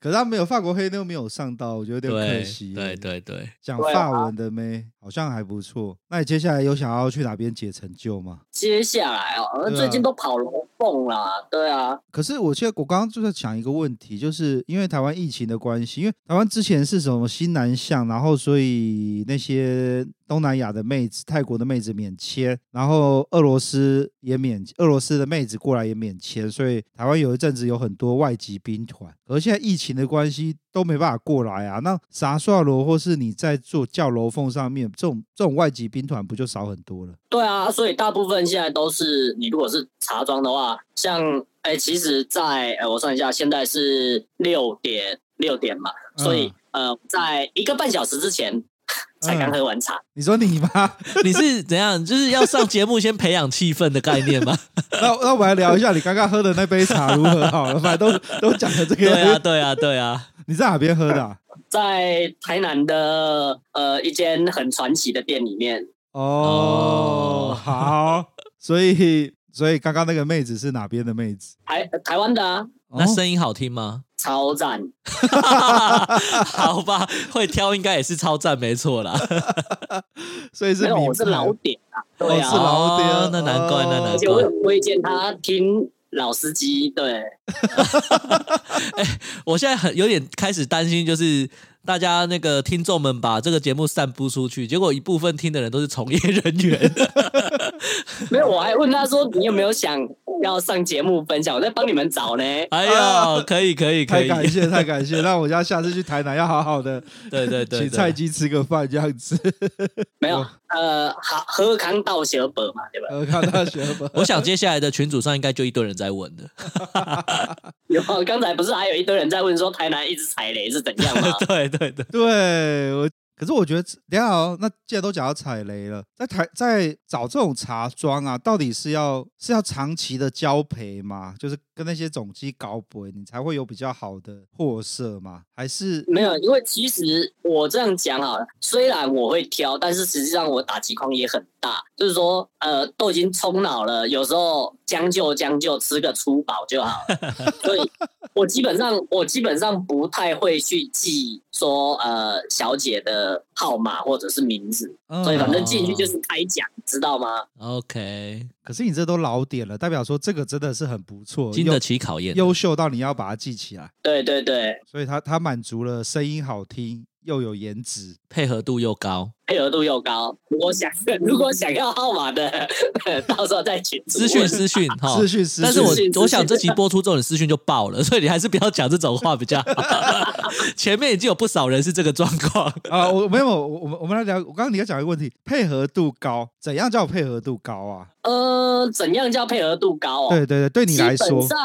S1: 可是他没有法国黑妞没有上到，我觉 得有点可惜。
S4: 对对对对，
S1: 讲法文的妹好像还不错。那你接下来有想要去哪边解成就吗？
S3: 接下来哦，
S1: 对啊
S3: 最近都跑龙凤啦，对啊，
S1: 可是我现在我刚刚就在想一个问题，就是因为台湾疫情的关系，因为台湾之前是什么新南向，然后所以那些东南亚的妹子、泰国的妹子免签，然后俄罗斯也免，俄罗斯的妹子过来也免签，所以台湾有一阵子有很多外籍兵团，而现在疫情的关系都没办法过来啊。那撒刷罗或是你在做教楼缝上面，这种这种外籍兵团不就少很多了？
S3: 对啊，所以大部分现在都是你如果是茶庄的话，像哎、其实在，呃我算一下，现在是六点六点嘛，
S1: 嗯
S3: 所以、呃，在一个半小时之前才刚喝完茶，
S1: 你说你吗？
S4: 你是怎样？就是要上节目先培养气氛的概念 吗？
S1: 那那我们来聊一下你刚刚喝的那杯茶如何好了，反正都都讲了这个。
S4: 对啊，对啊，对啊，
S1: 你在哪边喝的 啊、
S3: 在台南的呃一间很传奇的店里面，
S1: 哦
S4: 哦，
S1: 好，所以所以刚刚那个妹子是哪边的妹子？
S3: 台台湾的啊，
S4: 那
S1: 哦、
S4: 声音好听吗？
S3: 超赞，
S4: 好吧，会挑应该也是超赞，没错啦。
S1: 所以是
S3: 没有
S1: 名
S3: 我是
S1: 牌
S3: 老点啊，对
S1: 哦是
S3: 啊，
S1: 老爹、
S4: 哦那难怪那
S3: 而
S4: 难
S3: 且
S4: 怪
S3: 我有推荐他听老司机，对，
S4: 我现在很有点开始担心，就是大家那个听众们把这个节目散布出去，结果一部分听的人都是从业人员。
S3: 没有，我还问他说你有没有想要上节目分享，我在帮你们找呢。
S4: 哎呦，可以可以可
S1: 太
S4: 以，
S1: 感谢太感谢，那我要下次去台南要好好的
S4: 对对对，
S1: 请
S4: 对
S1: 菜鸡吃个饭这样子。
S3: 没有，呃，好，喝康道小本嘛，对吧？
S1: 呃，看到 学吧，
S4: 我想接下来的群组上应该就一堆人在问的，？
S3: 有，刚才不是还有一堆人在问说台南一直踩雷是怎样吗
S4: 对对对，
S1: 对我，可是我觉得这，等一下哦，那既然都讲到踩雷了，在台在找这种茶庄啊，到底是要是要长期的交配吗？就是跟那些总机搞鬼，你才会有比较好的货色吗？还是
S4: 嗯
S3: 没有，因为其实我这样讲好了，虽然我会挑，但是实际上我打击框也很大，就是说，呃，都已经冲脑了，有时候将就将就吃个粗饱就好了， 所以我基本上我基本上不太会去记说呃小姐的号码或者是名字，
S1: 嗯
S4: 嗯
S3: 所以反
S4: 哦
S3: 正进去就是开奖，知道吗？
S4: ，OK，
S1: 可是你这都老点了，代表说这个真的是很不错，
S4: 经得起考验。
S1: 优优秀到你要把它记起来。
S3: 对对对，
S1: 所以它它满足了声音好听又有颜值，
S4: 配合度又高，
S3: 配合度又高。如果想 如果想要号码的， 到时候再群组
S4: 资讯
S3: 问
S4: 资讯哈，
S1: 资讯资
S4: 哦但是我
S3: 资讯资讯
S4: 我想这期播出之后，你私讯就爆了， 所以你还是不要讲这种话比较好。 前面已经有不少人是这个状况，
S1: 啊，我没有，我我们我们来聊，我刚刚你要讲一个问题，配合度高，怎样叫配合度高啊？
S3: 呃，怎样叫配合度高哦？
S1: 对对对，对你来
S3: 基本
S1: 说，
S3: 上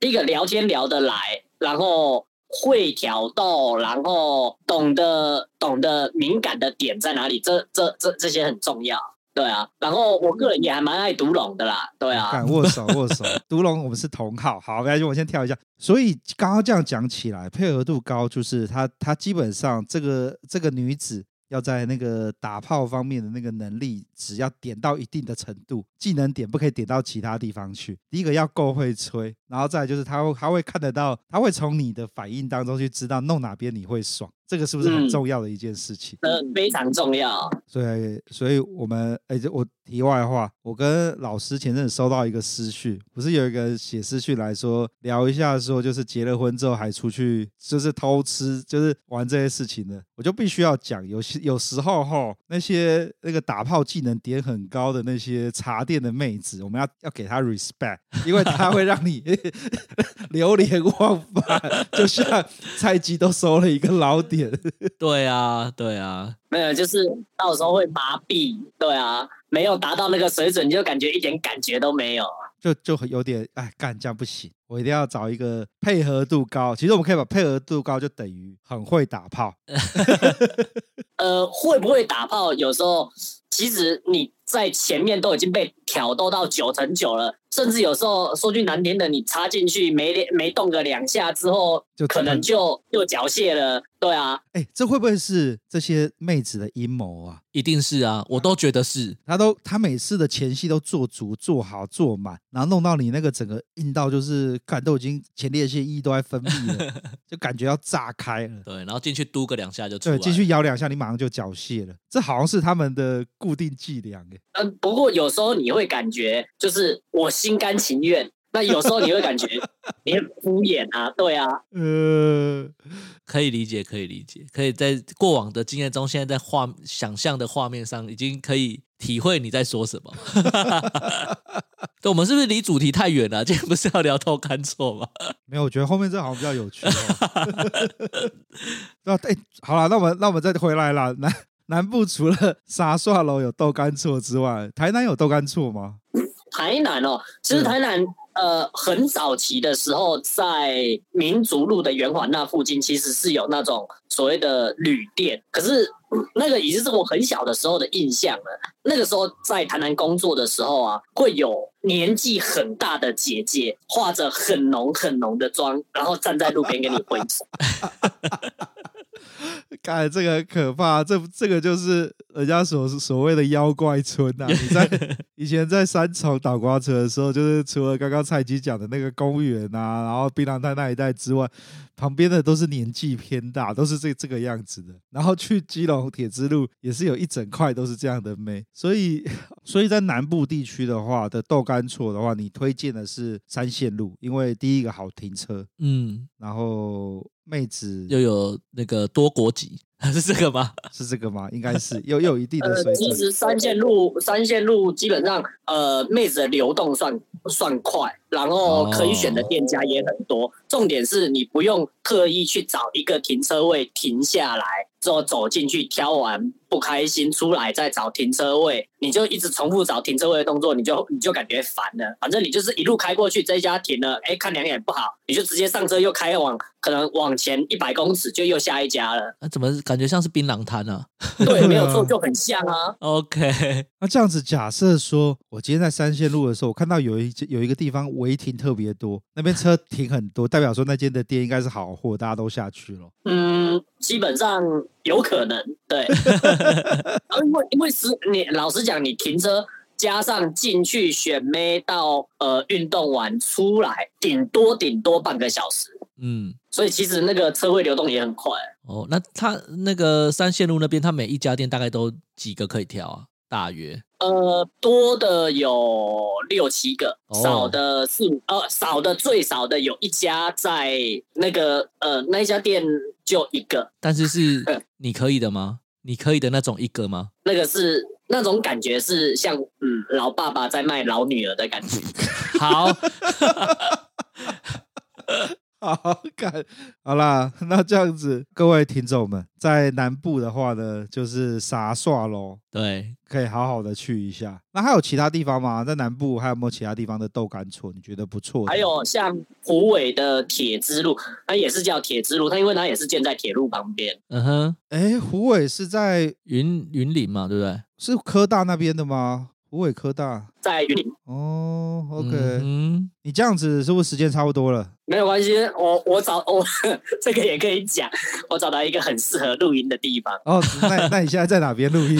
S3: 第一个聊天聊得来，然后会挑逗，然后懂得懂得敏感的点在哪里，这这这这些很重要。对啊，然后我个人也还蛮爱读懂的啦，对啊，
S1: 敢握手 握手，独龙我们是同号，好，没关系，我先跳一下。所以刚刚这样讲起来，配合度高，就是她她基本上这个这个女子要在那个打炮方面的那个能力，只要点到一定的程度，技能点不可以点到其他地方去。第一个要够会吹，然后再来就是她会她会看得到，她会从你的反应当中去知道弄哪边你会爽，这个是不是很
S3: 嗯
S1: 重要的一件事情？
S3: 呃，非常重要。
S1: 所以，所以我们哎、这我题外话，我跟老师前阵子收到一个私讯，不是有一个写私讯来说聊一下，说就是结了婚之后还出去就是偷吃，就是玩这些事情的，我就必须要讲，有些有时候吼那些那个打炮技能点很高的那些茶店的妹子，我们要要给她 respect，因为她会让你 流连忘返，就像菜鸡都收了一个老点。
S4: 对啊，对啊，
S3: 没有，就是到时候会麻痹，对啊，没有达到那个水准，你就感觉一点感觉都没有。
S1: 就就很有点哎，干这样不行，我一定要找一个配合度高。其实我们可以把配合度高就等于很会打炮，
S3: 呃，会不会打炮？有时候其实你在前面都已经被挑逗到九成九了，甚至有时候说句难听的，你插进去没没动个两下之后
S1: 就，
S3: 可能就又缴械了。对啊，
S1: 哎、这会不会是这些妹子的阴谋啊？
S4: 一定是啊，我都觉得是。
S1: 她都她每次的前戏都做足、做好、做满，然后弄到你那个整个硬到就是，感都已经前列腺液都在分泌了， 就感觉要炸开了。
S4: 对，然后进去嘟个两下嗯就出来
S1: 对，
S4: 了。
S1: 继续摇两下，你马上就缴械了。这好像是他们的固定伎俩哎。
S3: 嗯，不过有时候你会感觉就是我心甘情愿，那有时候你会感觉你很敷衍啊，对啊，
S1: 呃，
S4: 可以理解，可以理解，可以在过往的经验中，现在在画想象的画面上，已经可以体会你在说什么。 对，我们是不是离主题太远了？今天不是要聊偷看错吗？
S1: 没有，我觉得后面这好像比较有趣、哦。 那哎、好了，那我们那我们再回来啦。南南部除了沙刷楼有豆干错之外，台南有豆干错吗？
S3: 台南哦，其实
S1: 嗯
S3: 台南、呃很早期的时候，在民族路的圆环那附近，其实是有那种所谓的旅店，可是嗯那个已经是我很小的时候的印象了。那个时候在台南工作的时候啊，会有年纪很大的姐姐化着很浓很浓的妆，然后站在路边跟你挥手。
S1: 看这个很可怕，啊这这个就是人家所所谓的妖怪村呐、啊。你在以前在三重倒瓜车的时候，就是除了刚刚蔡姬讲的那个公园啊，然后槟榔摊那一带之外，旁边的都是年纪偏大，都是这这个样子的。然后去基隆铁之路也是有一整块都是这样的妹，所以 所以在南部地区的话的豆干厝的话，你推荐的是三线路，因为第一个好停车，
S4: 嗯，
S1: 然后妹子
S4: 又有那个多国籍， 是这个吗？
S1: 是这个吗？应该是又又有一定的
S3: 呃，
S1: 水
S3: 其
S1: 准。
S3: 实三线路三线路基本上呃妹子的流动算算快，然后可以选的店家也很多。重点是你不用特意去找一个停车位停下来，之后走进去挑完不开心出来再找停车位，你就一直重复找停车位的动作，你就你就感觉烦了。反正你就是一路开过去，这一家停了，哎，看两眼不好，你就直接上车又开往可能往前一百公尺就又下一家了。
S4: 啊、怎么感觉像是槟榔摊啊
S3: 对，没有错，
S1: 对啊
S3: 就很像啊。
S4: ？OK，
S1: 那这样子，假设说我今天在三线路的时候，我看到有一有一个地方违停特别多，那边车停很多，代表说那间的店应该是好货，大家都下去了。
S3: 嗯，基本上有可能，对。啊因为因为是你老实讲，你停车加上进去选妹到呃运动完出来，顶多顶多半个小时，
S4: 嗯，
S3: 所以其实那个车位流动也很快。
S4: 哦，那他那个三线路那边，他每一家店大概都几个可以挑啊？大约
S3: 呃，多的有六七个，
S4: 哦
S3: 少的四五，呃，少的最少的有一家在那个呃那一家店就一个，
S4: 但是是
S3: 嗯
S4: 你可以的吗？你可以的那种一个吗？
S3: 那个是那种感觉是像嗯老爸爸在卖老女儿的感觉。
S4: 好，
S1: 好感，好啦，那这样子，各位听众们，在南部的话呢，就是傻耍喽，
S4: 对，
S1: 可以好好的去一下。那还有其他地方吗？在南部还有没有其他地方的豆干村你觉得不错的？
S3: 还有像虎尾的铁之路，它也是叫铁之路，它因为它也是建在铁路旁边。
S4: 嗯哼，
S1: 哎，虎尾是在
S4: 云云林嘛，对不对
S1: 是科大那边的吗？虎尾科大
S3: 在云林
S1: 哦，OK，、
S4: 嗯
S1: 你这样子是不是时间差不多了？
S3: 没有关系，我我找我 这个也可以讲，我找到一个很适合录音的地方，
S1: 哦， 那那你现在在哪边录音？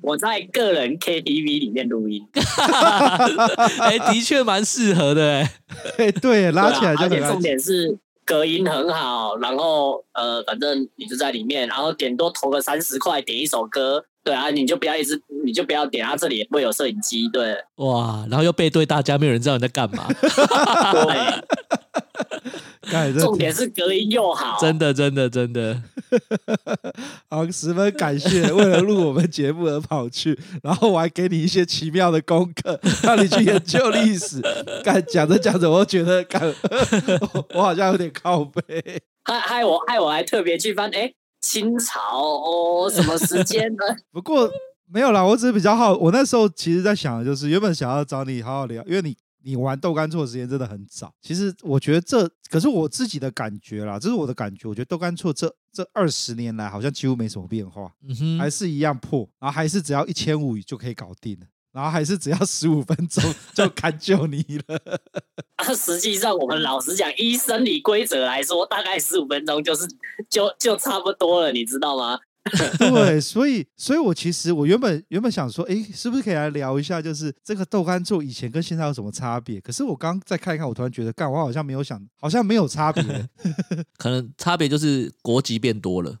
S3: 我在个人 KTV 里面录音，
S4: 哼，哎、的确蛮适合的、哎，
S1: 对对，拉起来
S3: 对啊
S1: 就
S3: 而且
S1: 很
S3: 重
S1: 安
S3: 点是隔音很好，然后呃，反正你就在里面，然后点多投个三十块，点一首歌，对啊，你就不要一直，你就不要点，它这里也不会有摄影机，对，
S4: 哇，然后又背对大家，没有人知道你在干 嘛，
S3: 对。
S1: 感
S3: 哎重点是隔音又好，
S4: 真的，真的，真的，
S1: 好，十分感谢为了录我们节目而跑去， 然后我还给你一些奇妙的功课， 让你去研究历史。干讲着讲着，我觉得干 我我好像有点靠背。
S3: 害害我害我还特别去翻，哎、清朝哦，什么时间呢？
S1: 不过没有啦，我只是比较好，我那时候其实在想的就是，原本想要找你好好聊，因为你你玩豆干错的时间真的很早。其实我觉得这可是我自己的感觉啦，这是我的感觉。我觉得豆干错这这二十年来好像几乎没什么变化，
S4: 嗯哼，
S1: 还是一样破，然后还是只要一千五就可以搞定了。然后还是只要十五分钟就 砍救你了，
S3: 啊，实际上我们老实讲，依生理规则来说，大概十五分钟就是就就差不多了，你知道吗？
S1: 对，所以，所以我其实我原本原本想说，诶，是不是可以来聊一下，就是这个豆干做以前跟现在有什么差别？可是我刚再看一看，我突然觉得，干，我好像没有想，好像没有差 别、
S4: 可能差别就是国籍变多了。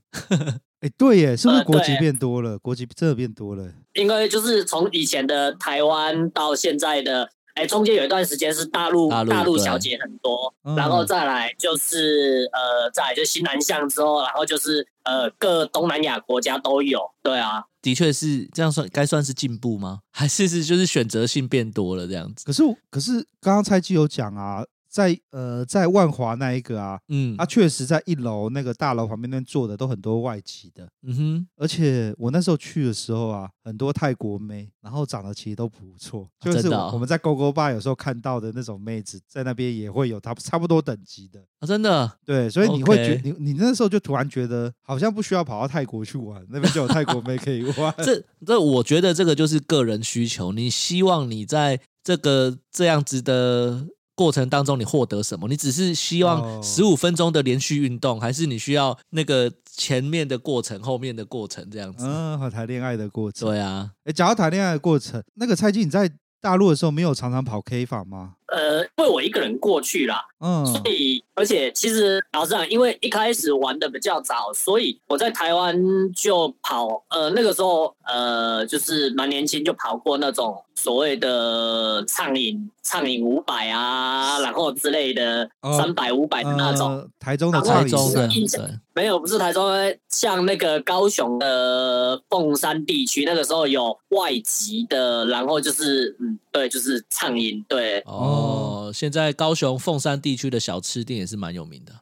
S1: 哎，对耶，是不是
S3: 呃
S1: 国籍
S3: 对
S1: 变多了？国籍真的变多了。
S3: 因为就是从以前的台湾到现在的，哎，中间有一段时间是大陆
S4: 大陆
S3: 陆
S4: 对
S3: 小姐很多，
S1: 嗯
S3: 然后再来就是呃，再来就西南向之后，然后就是呃各东南亚国家都有，对啊，
S4: 的确是这样算，该算是进步吗？ 还是是就是选择性变多了这样子？
S1: 可是我，可是刚刚蔡记有讲啊，在呃，在万华那一个啊，
S4: 嗯
S1: 他、确实在一楼那个大楼旁边那边坐的都很多外籍的，
S4: 嗯哼，
S1: 而且我那时候去的时候啊，很多泰国妹，然后长得其实都不错，就
S4: 真
S1: 是
S4: 的
S1: 我
S4: 哦
S1: 我们在勾勾吧有时候看到的那种妹子，在那边也会有差不差不多等级的。
S4: 啊，真的，
S1: 对，所以你会觉
S4: OK
S1: 你你那时候就突然觉得好像不需要跑到泰国去玩，那边就有泰国妹可以玩。
S4: 这这我觉得这个就是个人需求，你希望你在这个这样子的。过程当中你获得什么？你只是希
S1: 哦
S4: 望十五分钟的连续运动，还是你需要那个前面的过程、后面的过程这样子？
S1: 嗯，和谈恋爱的过程。
S4: 对啊，
S1: 哎，讲到谈恋爱的过程，那个蔡记你在大陆的时候没有常常跑 K 房吗？
S3: 呃，因为我一个人过去啦，
S1: 嗯，
S3: 所以，而且其实老实讲，因为一开始玩的比较早，所以我在台湾就跑，呃，那个时候呃，就是蛮年轻，就跑过那种所谓的畅饮、畅饮五百啊，然后之类的
S1: 哦
S3: 三百、五百的那种。
S1: 呃台中的
S3: 然后
S1: 蔡
S4: 台
S1: 李
S4: 中的
S1: 斯
S3: 印象
S4: 对，
S3: 没有，不是台中，像那个高雄的凤山地区，那个时候有外籍的，然后就是嗯，对，就是畅饮，对，
S4: 哦，现在高雄凤山地区的小吃店也是蛮有名的。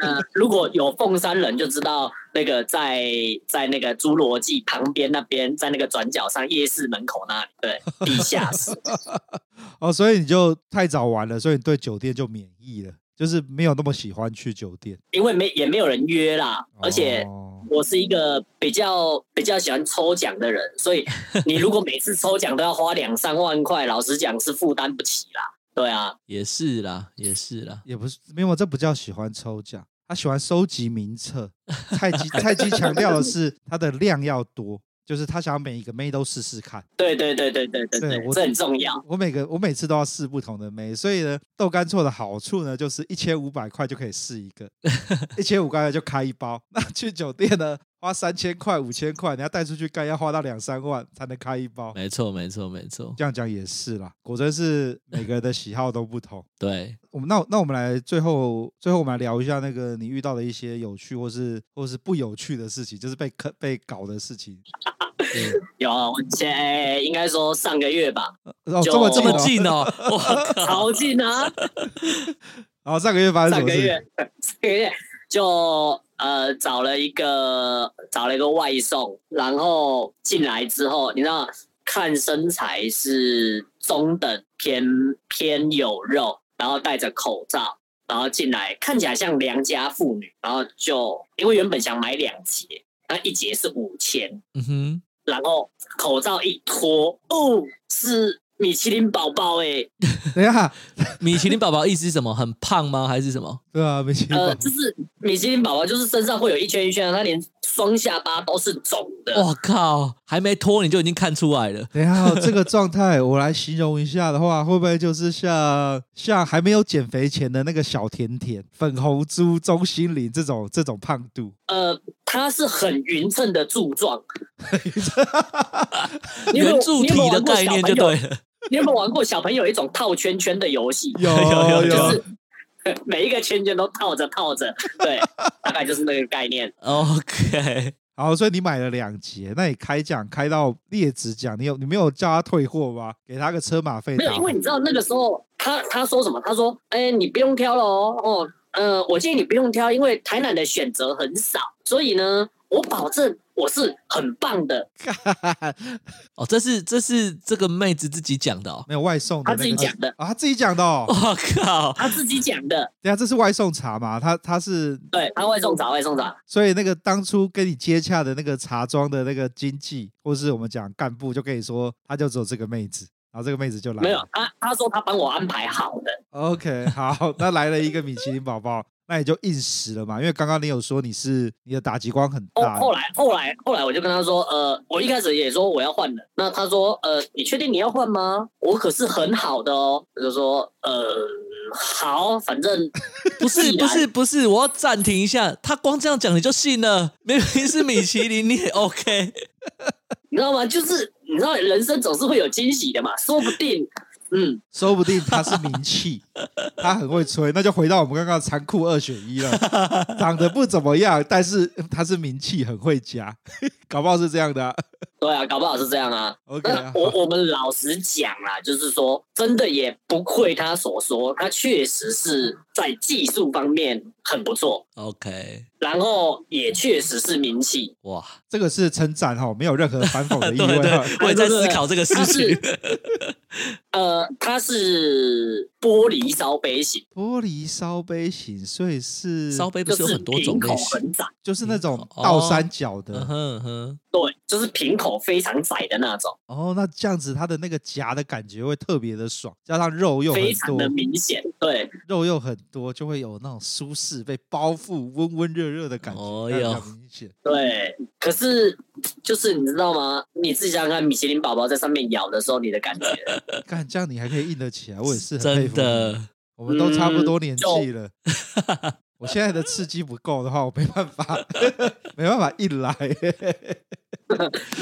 S3: 呃，如果有凤山人就知道，那个在在那个侏罗纪旁边那边，在那个转角上夜市门口那里，对，地下室。
S1: 哦，所以你就太早玩了，所以你对酒店就免疫了，就是没有那么喜欢去酒店。
S3: 因为没也没有人约啦，而且
S1: 哦
S3: 我是一个比较比较喜欢抽奖的人，所以你如果每次抽奖都要花两三万块，老实讲是负担不起啦。对啊，
S4: 也是啦，也是啦。
S1: 也不是没有，这不叫喜欢抽奖，他喜欢收集名册。蔡姬蔡姬强调的是它的量要多，就是他想要每一个妹都试试看。
S3: 对对对对对对
S1: 对
S3: 对，
S1: 我
S3: 这很重要。
S1: 我每个我每次都要试不同的妹，所以呢，豆干错的好处呢，就是一千五百块就可以试一个，一千五块就开一包。那去酒店呢，花三千块、五千块，你要带出去干，要花到两三万才能开一包。
S4: 没错，没错，没错。
S1: 这样讲也是啦，果真是每个人的喜好都不同。
S4: 对，
S1: 我们那我那我们来最后最后我们来聊一下那个你遇到的一些有趣或是或是不有趣的事情，就是被坑被搞的事情。
S3: 有，啊我现在应该说上个月 吧，
S1: 哦，这
S3: 就
S1: 么
S4: 这么
S1: 近
S4: 近哦， 哇 靠！
S3: 好近啊。
S1: 哦！哦，上个月发生什
S3: 上
S1: 么
S3: 个
S1: 事？
S3: 月，上个月就呃找了一个找了一个外送，然后进来之后，你知道看身材是中等偏偏有肉，然后戴着口罩，然后进来看起来像良家妇女，然后就因为原本想买两节，那一节是五千，
S4: 嗯哼，
S3: 然后口罩一脱，哦，是米其林宝宝哎，
S1: 等一下，
S4: 米其林宝宝意思是什么？很胖吗？还是什么？
S1: 对啊，没听过。
S3: 呃，就是米其林宝宝，就是身上会有一圈一圈的，它连双下巴都是肿的。
S4: 我靠！还没脱你就已经看出来了。
S1: 等一下哦，这个状态我来形容一下的话，会不会就是像像还没有减肥前的那个小甜甜、粉红猪、钟心凌这种这种胖度？
S3: 呃，它是很匀称的柱 状，你有没有
S4: 圆柱体的概念就。对了。
S3: 你有没有玩过小朋友你有没有玩过小朋友有一种套圈圈的游戏？
S1: 有
S4: 有有
S3: 就是 呃每一个圈圈都套着套着，对，大概就是那个概念。
S4: OK，
S1: 好，所以你买了两节，那你开奖开到劣质奖，你有你没有叫他退货吗？给他个车马费
S3: 没
S1: 打
S3: 有，
S1: 回？
S3: 因为你知道那个时候他他说什么？他说：“哎、你不用挑了哦，哦，呃，我建议你不用挑，因为台南的选择很少，所以呢，我保证我是很棒的。
S4: 哦，这是这是这个妹子自己讲的哦。
S1: 没有外送的、那
S3: 他
S1: 个，
S3: 自己讲的
S1: 啊，他自己讲的、哦。
S4: 我 靠，
S3: 他自己讲的，
S1: 等一下这是外送茶嘛？他他是
S3: 对他外送茶，外送茶，
S1: 所以那个当初跟你接洽的那个茶庄的那个经济，或是我们讲干部，就可以说他就只有这个妹子，然后这个妹子就来了。
S3: 没有他他说他帮我安排好的，
S1: OK，好， 那来了一个米其林宝宝，那你就硬实了嘛，因为刚刚你有说你是你的打击光很
S3: 后
S1: 大，
S3: 哦后来后来后来我就跟他说，呃，我一开始也说我要换的，那他说，呃，你确定你要换吗？我可是很好的哦，我就说，呃，好，反正
S4: 不是
S3: 既
S4: 不
S3: 然
S4: 是不是，我要暂停一下。他光这样讲你就信了，明明是米其林，你也 OK。
S3: 你知道吗？就是你知道人生总是会有惊喜的嘛，说不定，嗯，
S1: 说不定他是名气， 他很会吹，那就回到我们刚刚的残酷二选一了，长得不怎么样，但是他是名气，很会夹， 搞不好是这样的啊、
S3: 对啊，搞不好是这样啊。
S1: OK，
S3: 那
S1: 啊
S3: 我我们老实讲啦，就是说，真的也不愧他所说，他确实是在技术方面很不错，
S4: OK，
S3: 然后也确实是名气。
S4: 哇，
S1: 这个是称赞哈，没有任何反讽的
S4: 对
S1: 意味啊哈。
S4: 对，我也在思考这个事
S3: 他
S4: 情
S3: 是。呃，他是玻璃烧杯型，
S1: 玻璃烧杯型，所以是
S4: 烧杯不
S3: 就是
S4: 有很多种
S3: 瓶口
S4: 类型？
S3: 很窄，
S1: 就是那种
S4: 哦
S1: 倒三角
S4: 嗯
S1: 的。
S4: 哼嗯哼，
S3: 对，就是瓶口非常窄的那种，
S1: 哦，那这样子它的那个夹的感觉会特别的爽，加上肉又很
S3: 非常
S1: 多
S3: 的，明显。对，
S1: 肉又很多，就会有那种舒适被包覆、温温热热的感觉，
S4: 哦
S1: 那比较
S4: 哟
S1: 明显。
S3: 对，可是就是你知道吗？你自己想想看，米其林宝宝在上面咬的时候，你的感觉，
S1: 干这样你还可以硬得起来，我也是很佩
S4: 真
S1: 服你。
S4: 的，
S1: 我们都差不多
S3: 嗯
S1: 年
S3: 就
S1: 纪了，我现在的刺激不够的话，我没办法， 没办法硬来。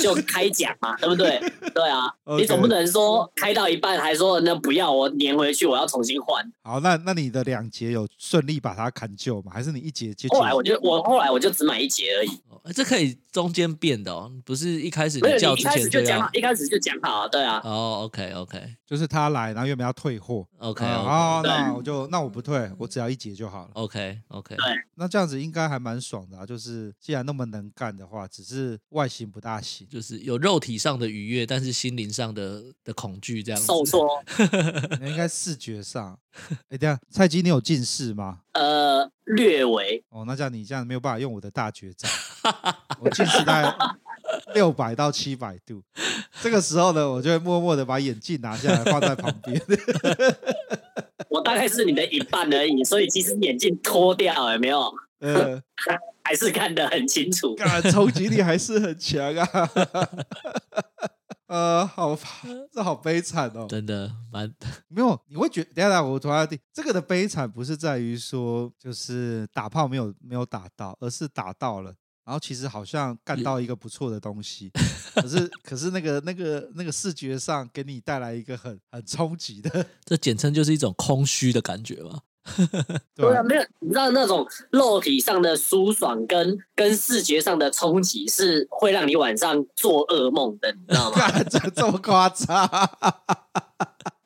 S3: 就开奖嘛，对不 对？对啊
S1: OK
S3: 你总不能说开到一半还说那不要我粘回去，我要重新换。
S1: 好，那那你的两节有顺利把它砍救吗？还是你一节接
S3: 后来我
S1: 就
S3: 就我后来我就只买一节而已，
S4: 哦这可以中间变的哦，不是一开始
S3: 没
S4: 你
S3: 有
S4: 叫
S3: 你一
S4: 之
S3: 开
S4: 前
S3: 始就讲
S4: 要
S3: 好，。一开始就讲好，对啊，
S4: 哦，OK OK
S1: 就是他来，然后原本要退货。
S4: OK
S1: 啊，哦
S4: OK
S1: 那我就那我不退，我只要一节就好了。
S4: OK OK，
S1: 那这样子应该还蛮爽的啊，就是既然那么能干的话，只是外形不大行。
S4: 就是有肉体上的愉悦，但是心灵上的的恐惧这样子。
S3: 受挫。
S1: 那应该视觉上， 哎，等一下蔡姬，你有近视吗？
S3: 呃，略微
S1: 哦，那这样你这样没有办法用我的大绝招， 我近视大概六百到七百度，这个时候呢，我就会默默的把眼镜拿下来放在旁边。
S3: 我大概是你的一半而已，所以其实眼镜脱掉有没有，
S1: 呃，
S3: 还是看得很清楚。
S1: 干冲击力还是很强啊。 呃，好吧，这好悲惨哦。
S4: 真的蛮
S1: 没有，你会觉得，等一下等一下，我突然地这个的悲惨不是在于说就是打炮没有没有打到，而是打到了，然后其实好像干到一个不错的东西，可是可是那个那个那个视觉上给你带来一个很很冲击 的，
S4: 这简称就是一种空虚的感觉嘛。
S1: 对
S3: 对
S1: 吧
S3: 啊，没有，你知道那种肉体上的舒爽跟跟视觉上的冲击是会让你晚上做噩梦的，你知道 吗？
S1: 干这这么夸张，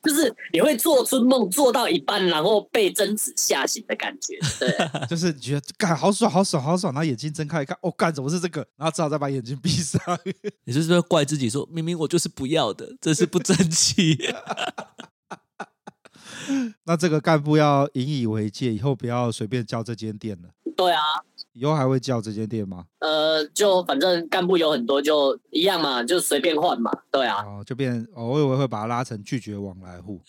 S3: 就是你会做春梦，做到一半然后被贞子吓醒的感觉。对，
S1: 就是你觉得干好爽好爽好爽，然后眼睛睁开一看，哦干怎么是这个，然后只好再把眼睛闭上。
S4: 你是不是会怪自己说，明明我就是不要的，真是不争 气？
S1: 那这个干部要引以为戒，以后不要随便叫这间店了。
S3: 对啊，
S1: 以后还会叫这间店吗？
S3: 呃，就反正干部有很多，就一样嘛，就随便换嘛。对啊，
S1: 哦，就变哦，我以为会把它拉成拒绝往来户。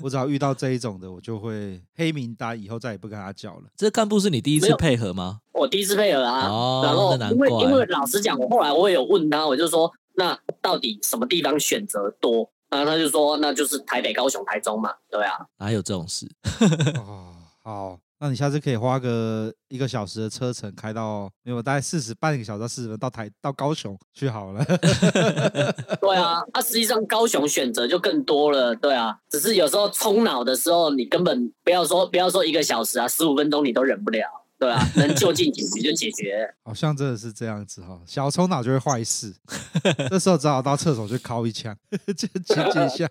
S1: 我只要遇到这一种的，我就会黑名单，以后再也不跟他叫 了。
S4: 这干部是你第一
S3: 没
S4: 次
S3: 有
S4: 配合吗？
S3: 我第一次配合啊，
S4: 哦
S3: 然后
S4: 那难
S3: 因为
S4: 怪
S3: 因为老实讲，我后来我也有问他，我就说那到底什么地方选择多？然后他就说那就是台北、高雄、台中嘛。对啊，
S4: 哪有这种事？
S1: 哦，好，那你下次可以花个一个小时的车程开到没有，大概四十半个小时到四十分到台到高雄去好了。
S3: 对啊，那、实际上高雄选择就更多了，对啊，只是有时候冲脑的时候，你根本不要说不要说一个小时啊，十五分钟你都忍不了，对啊，能就近解决就解决，
S1: 好像真的是这样子哈、哦，小冲脑就会坏事， 这时候只好到厕所去敲一枪，就解解一下。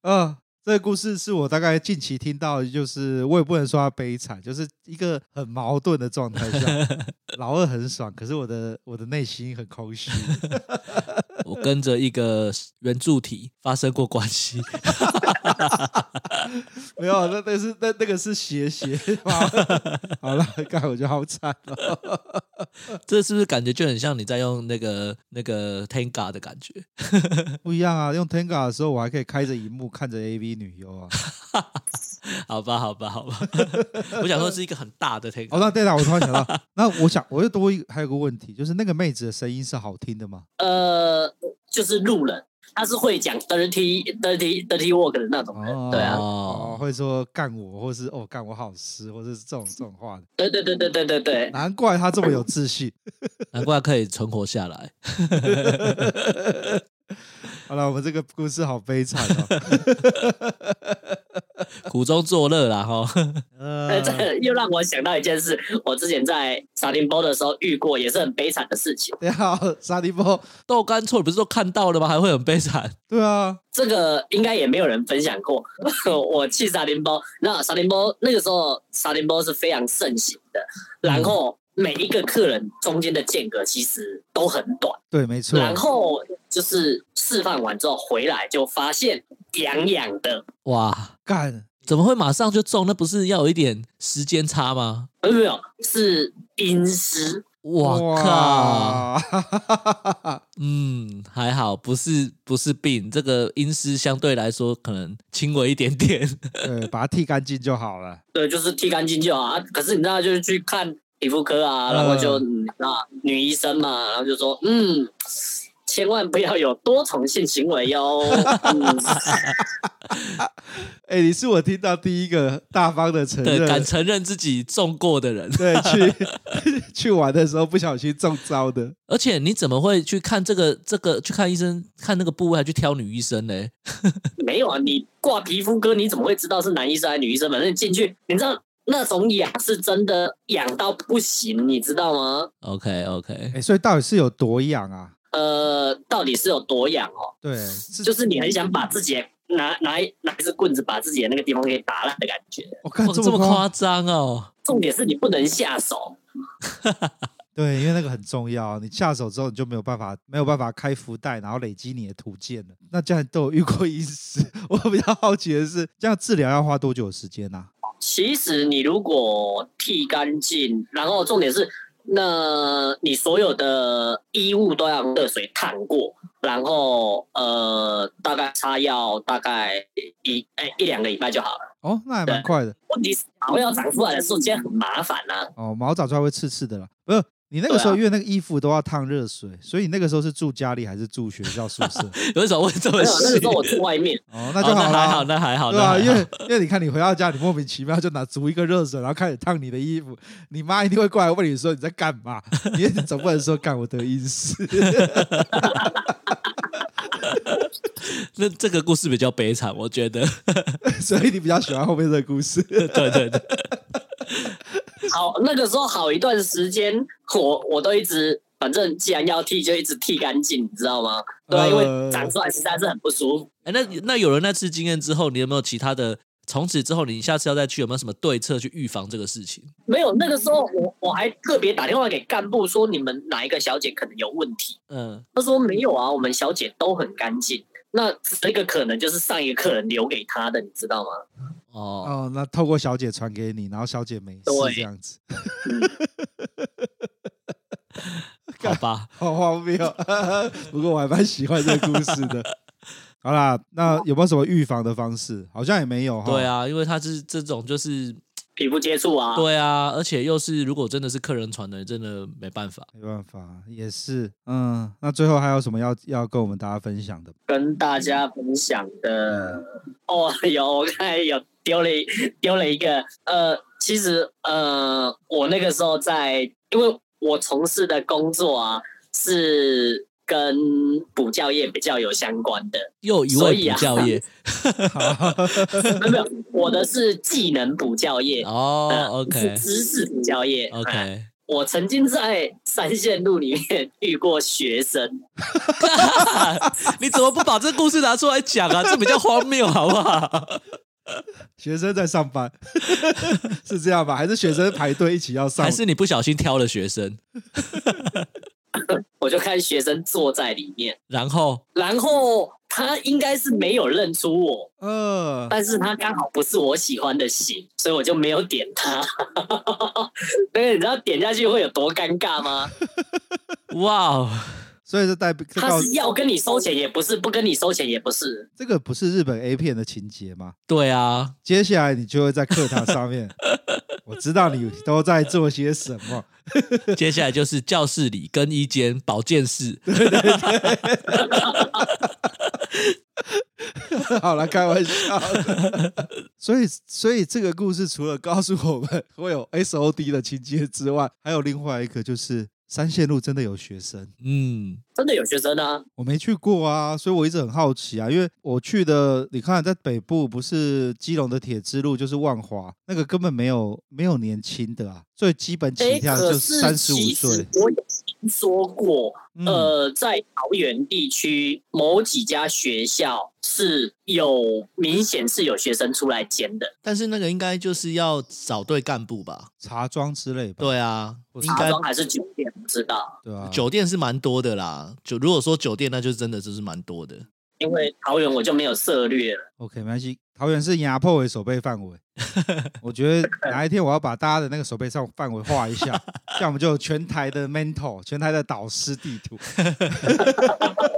S1: 啊、这个故事是我大概近期听到，就是我也不能说它悲惨，就是一个很矛盾的状态下，老二很爽，可是我的我的内心很空虚。
S4: 我跟着一个圆柱体发生过关系，
S1: 没有，啊那那是那那个是斜斜好了，看我就好惨了。
S4: 这是不是感觉就很像你在用那个那个 Tenga 的感觉？
S1: 不一样啊，用 Tenga 的时候，我还可以开着荧幕看着 AV 女优啊。
S4: 好吧，好吧，好吧， 我想说是一个很大的 Tenga，、
S1: 哦，那对了，我突然想 到，那我想我又多一个还有个问题，就是那个妹子的声音是好听的吗？
S3: 呃，就是路人，他是会讲 dirty dirty dirty work 的那种人。
S1: 哦，
S3: 对啊
S1: 哦，会说干我，或是哦干我好湿，或是这种这种话的，
S3: 对对对对对对对，
S1: 难怪她这么有自信。
S4: 难怪可以存活下来。
S1: 好了，我们这个故事好悲惨哦。
S4: 苦中作乐啦哈。
S3: 呃，
S1: 呃
S3: 这 又让我想到一件事，我之前在沙丁波的时候遇过，也是很悲惨的事情。
S1: 对啊，沙迪波，
S4: 豆干错不是都看到了吗？还会很悲惨。
S1: 对啊，
S3: 这个应该也没有人分享过。 我去沙丁波，那沙丁波那个时候沙丁波是非常盛行的，然后每一个客人中间的间隔其实都很短。
S1: 对，没错，
S3: 然后就是示范完之后回来就发现痒痒的，
S4: 哇，
S1: 干
S4: 怎么会马上就中？那不是要有一点时间差吗？
S3: 没有没有是阴湿，
S4: 我靠，
S1: 靠！
S4: 嗯，还好不是不是病，这个阴湿相对来说可能轻微一点点。
S1: 对，把它剃干净就好了。
S3: 对，就是剃干净就好。啊可是你知道，就是去看皮肤科啊，
S1: 嗯
S3: 然后就那女医生嘛，然后就说嗯。千万不要有多重性行为哟！嗯
S1: 哎、你是我听到第一个大方的承
S4: 对， 敢
S1: 认，
S4: 承认自己中过的人，
S1: 对，去 去玩的时候不小心中招的，
S4: 而且你怎么会去看这个这个去看医生看那个部位，还去挑女医生呢？
S3: 没有啊，你挂皮肤科，你怎么会知道是男医生还是女医生？反正进去，你知道那种痒是真的痒到不行，你知道吗？
S4: OK
S1: 哎、
S4: OK，
S1: 所以到底是有多痒啊？
S3: 呃，到底是有多痒哦？
S1: 对，是
S3: 就是你很想把自己的拿拿一拿一支棍子把自己的那个地方给打烂的感觉。
S1: 我看、
S4: 哇，
S1: 这
S4: 哦这么
S1: 夸
S4: 夸，张哦！
S3: 重点是你不能下手，
S1: 对，因为那个很重要，你下手之后你就没有办法没有办法开福袋，然后累积你的图鉴了。那这样都有遇过医师， 我比较好奇的是，这样治疗要花多久的时间啊呢、
S3: 其实你如果剃干净，然后重点是，那你所有的衣物都要用热水烫过，然后呃，大概擦药大概一哎一两个礼拜就好了。
S1: 哦，那还蛮
S3: 对
S1: 快的。
S3: 问题是毛要长出来的瞬间很麻烦啊呐、
S1: 哦，毛长出来会刺刺的啦。不是你那个
S3: 对啊
S1: 时候，因为那个衣服都要烫热水，所以你那个时候是住家里还是住学校宿舍？
S4: 为什么会这么
S3: 没有，那个
S4: 细
S3: 时？候我住外面，
S1: 哦，那就好啦。
S4: 哦、那还好，那还好，
S1: 对
S4: 那还
S1: 啊，
S4: 好
S1: 因为因为你看你回到家，你莫名其妙就拿煮一个热水，然后开始烫你的衣服，你妈一定会过来问你说你在干嘛，你也总不能说干我得阴湿。
S4: 那这个故事比较悲惨，我觉得。
S1: 所以你比较喜欢后面这个故事。
S4: 对对对，
S3: 好，那个时候好一段时间，我我都一直，反正既然要剃，就一直剃干净，你知道吗？对啊，
S1: 呃
S3: 因为长出来实在是很不舒服。
S4: 哎，那那有了那次经验之后，你有没有其他的？从此之后，你下次要再去，有没有什么对策去预防这个事情？
S3: 没有，那个时候我我还特别打电话给干部说，你们哪一个小姐可能有问题？
S4: 嗯，
S3: 他说没有啊，我们小姐都很干净。那这个可能就是上一个客人留给她的，你知道吗？
S4: 哦，
S1: 哦，那透过小姐传给你，然后小姐没事
S3: 对
S1: 这样子，啊
S4: 好吧，
S1: 好荒谬。 不过我还蛮喜欢这个故事的。好啦，那有没有什么预防的方式？好像也没有哈。
S4: 对啊，因为他是这种，就是
S3: 皮肤接触啊，
S4: 对啊，而且又是如果真的是客人传的，真的没办法。
S1: 没办法，也是，嗯，那最后还有什么要要跟我们大家分享的？
S3: 跟大家分享的哦，有我刚才有丢了一丢了一个呃，其实呃，我那个时候在，因为我从事的工作啊是跟补教业比较有相关的，
S4: 又一
S3: 所
S4: 位
S3: 以啊
S4: 补教业、
S3: 没有没有，我的是技能补教业，
S4: 哦
S3: 呃是
S4: ，OK
S3: 知识补教业哎
S4: OK，
S3: 我曾经在三线路里面遇过学生，
S4: 你怎么不把这故事拿出来讲啊？这比较荒谬，好不好？
S1: 学生在上班， 是这样吧？还是学生排队一起要上
S4: 还？是你不小心挑了学生，
S3: 我就看学生坐在里面，
S4: 然后
S3: 然后他应该是没有认出我，
S1: 呃，
S3: 但是他刚好不是我喜欢的型，所以我就没有点他。 那个你知道点下去会有多尴 尬吗？
S4: 哇哦，
S1: 所以这代这
S3: 他
S1: 告
S3: 是要跟你收钱也不是，不跟你收钱也不是。
S1: 这个不是日本 A 片的情节吗？
S4: 对啊，
S1: 接下来你就会在课堂上面，我知道你都在做些什么。
S4: 接下来就是教室里、更衣间、保健室，
S1: 好了，开玩笑的。所以，所以这个故事除了告诉我们会有 S O D 的情节之外，还有另外一个就是三线路真的有学生，
S4: 嗯，
S3: 真的有学生啊，
S1: 我没去过啊，所以我一直很好奇啊，因为我去的，你看在北部不是基隆的铁之路就是万华，那个根本没有没有年轻的啊，最基本
S3: 哎，
S1: 起跳
S3: 可
S1: 就是三十五
S3: 其实
S1: 岁。
S3: 我有听说过，
S1: 嗯
S3: 呃，在桃园地区某几家学校是有明显是有学生出来兼的，
S4: 但是那个应该就是要找对干部吧？
S1: 茶庄之类吧，
S4: 对啊，应
S3: 茶
S4: 该
S3: 庄还是酒店不知道，
S1: 对啊，
S4: 酒店是蛮多的啦。酒如果说酒店，那就真的就是蛮多的。
S3: 因为桃园我就没有涉略了。
S1: OK，没关系。桃园是压迫为守备范围，我觉得哪一天我要把大家的那个守备上范围画一下，这样我们就有全台的 mentor，全台的导师地图。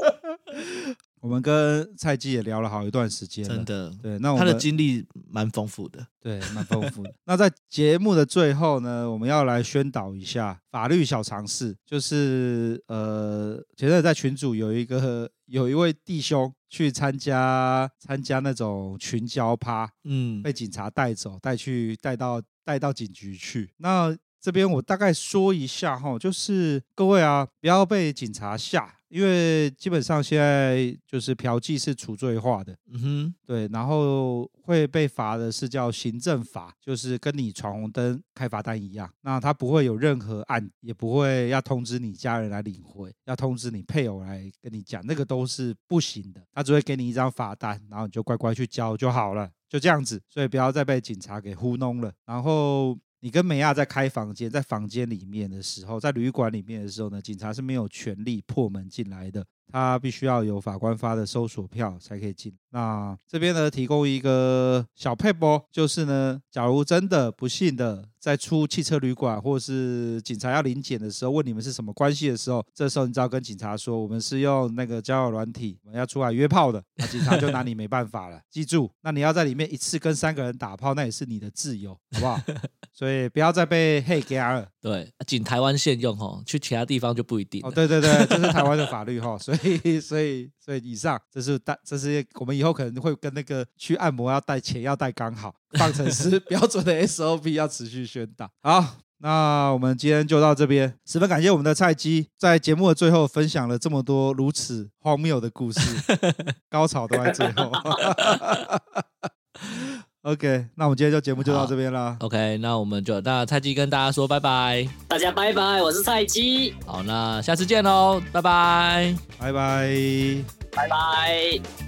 S1: 我们跟蔡记也聊了好一段时间了，
S4: 真的，
S1: 对，那我
S4: 他的
S1: 们
S4: 经历蛮丰富的。
S1: 对蛮丰富的。 那在节目的最后呢，我们要来宣导一下法律小常识，就是呃，前阵子在群组有一个有一位弟兄去参加参加那种群交趴，
S4: 嗯，
S1: 被警察带走，带去带到带到警局去。那这边我大概说一下哈，就是各位啊，不要被警察吓，因为基本上现在就是嫖妓是除罪化的，
S4: 嗯哼，
S1: 对，然后会被罚的是叫行政罚，就是跟你闯红灯开罚单一样。那他不会有任何案，也不会要通知你家人来领回，要通知你配偶来跟你讲，那个都是不行的。他只会给你一张罚单，然后你就乖乖去交就好了，就这样子。所以不要再被警察给糊弄了。然后你跟美亚在开房间，在房间里面的时候，在旅馆里面的时候呢，警察是没有权利破门进来的，他必须要有法官发的搜索票才可以进。那这边呢，提供一个小配波，就是呢，假如真的不幸的在出汽车旅馆或是警察要临检的时候，问你们是什么关系的时候，这时候你只要跟警察说，我们是用那个交友软体，我们要出来约炮的，那警察就拿你没办法了。记住，那你要在里面一次跟三个人打炮，那也是你的自由，好不好？所以不要再被嘿给了。
S4: 对，啊仅台湾限用哦，去其他地方就不一定了。
S1: 哦，对对对，这是台湾的法律哈，所以所以所以以上这是带，这是我们以后可能会跟那个去按摩要带钱要带刚好，放成是标准的 SOP 要持续宣导。好。那我们今天就到这边，十分感谢我们的菜鸡在节目的最后分享了这么多如此荒谬的故事，高潮都在最后。OK，那我们今天就节目就到这边啦。
S4: OK，那我们就那蔡记跟大家说拜拜。
S3: 大家拜拜，我是蔡鸡，
S4: 哦好，那下次见喽，拜拜。
S1: 拜拜。
S3: 拜拜。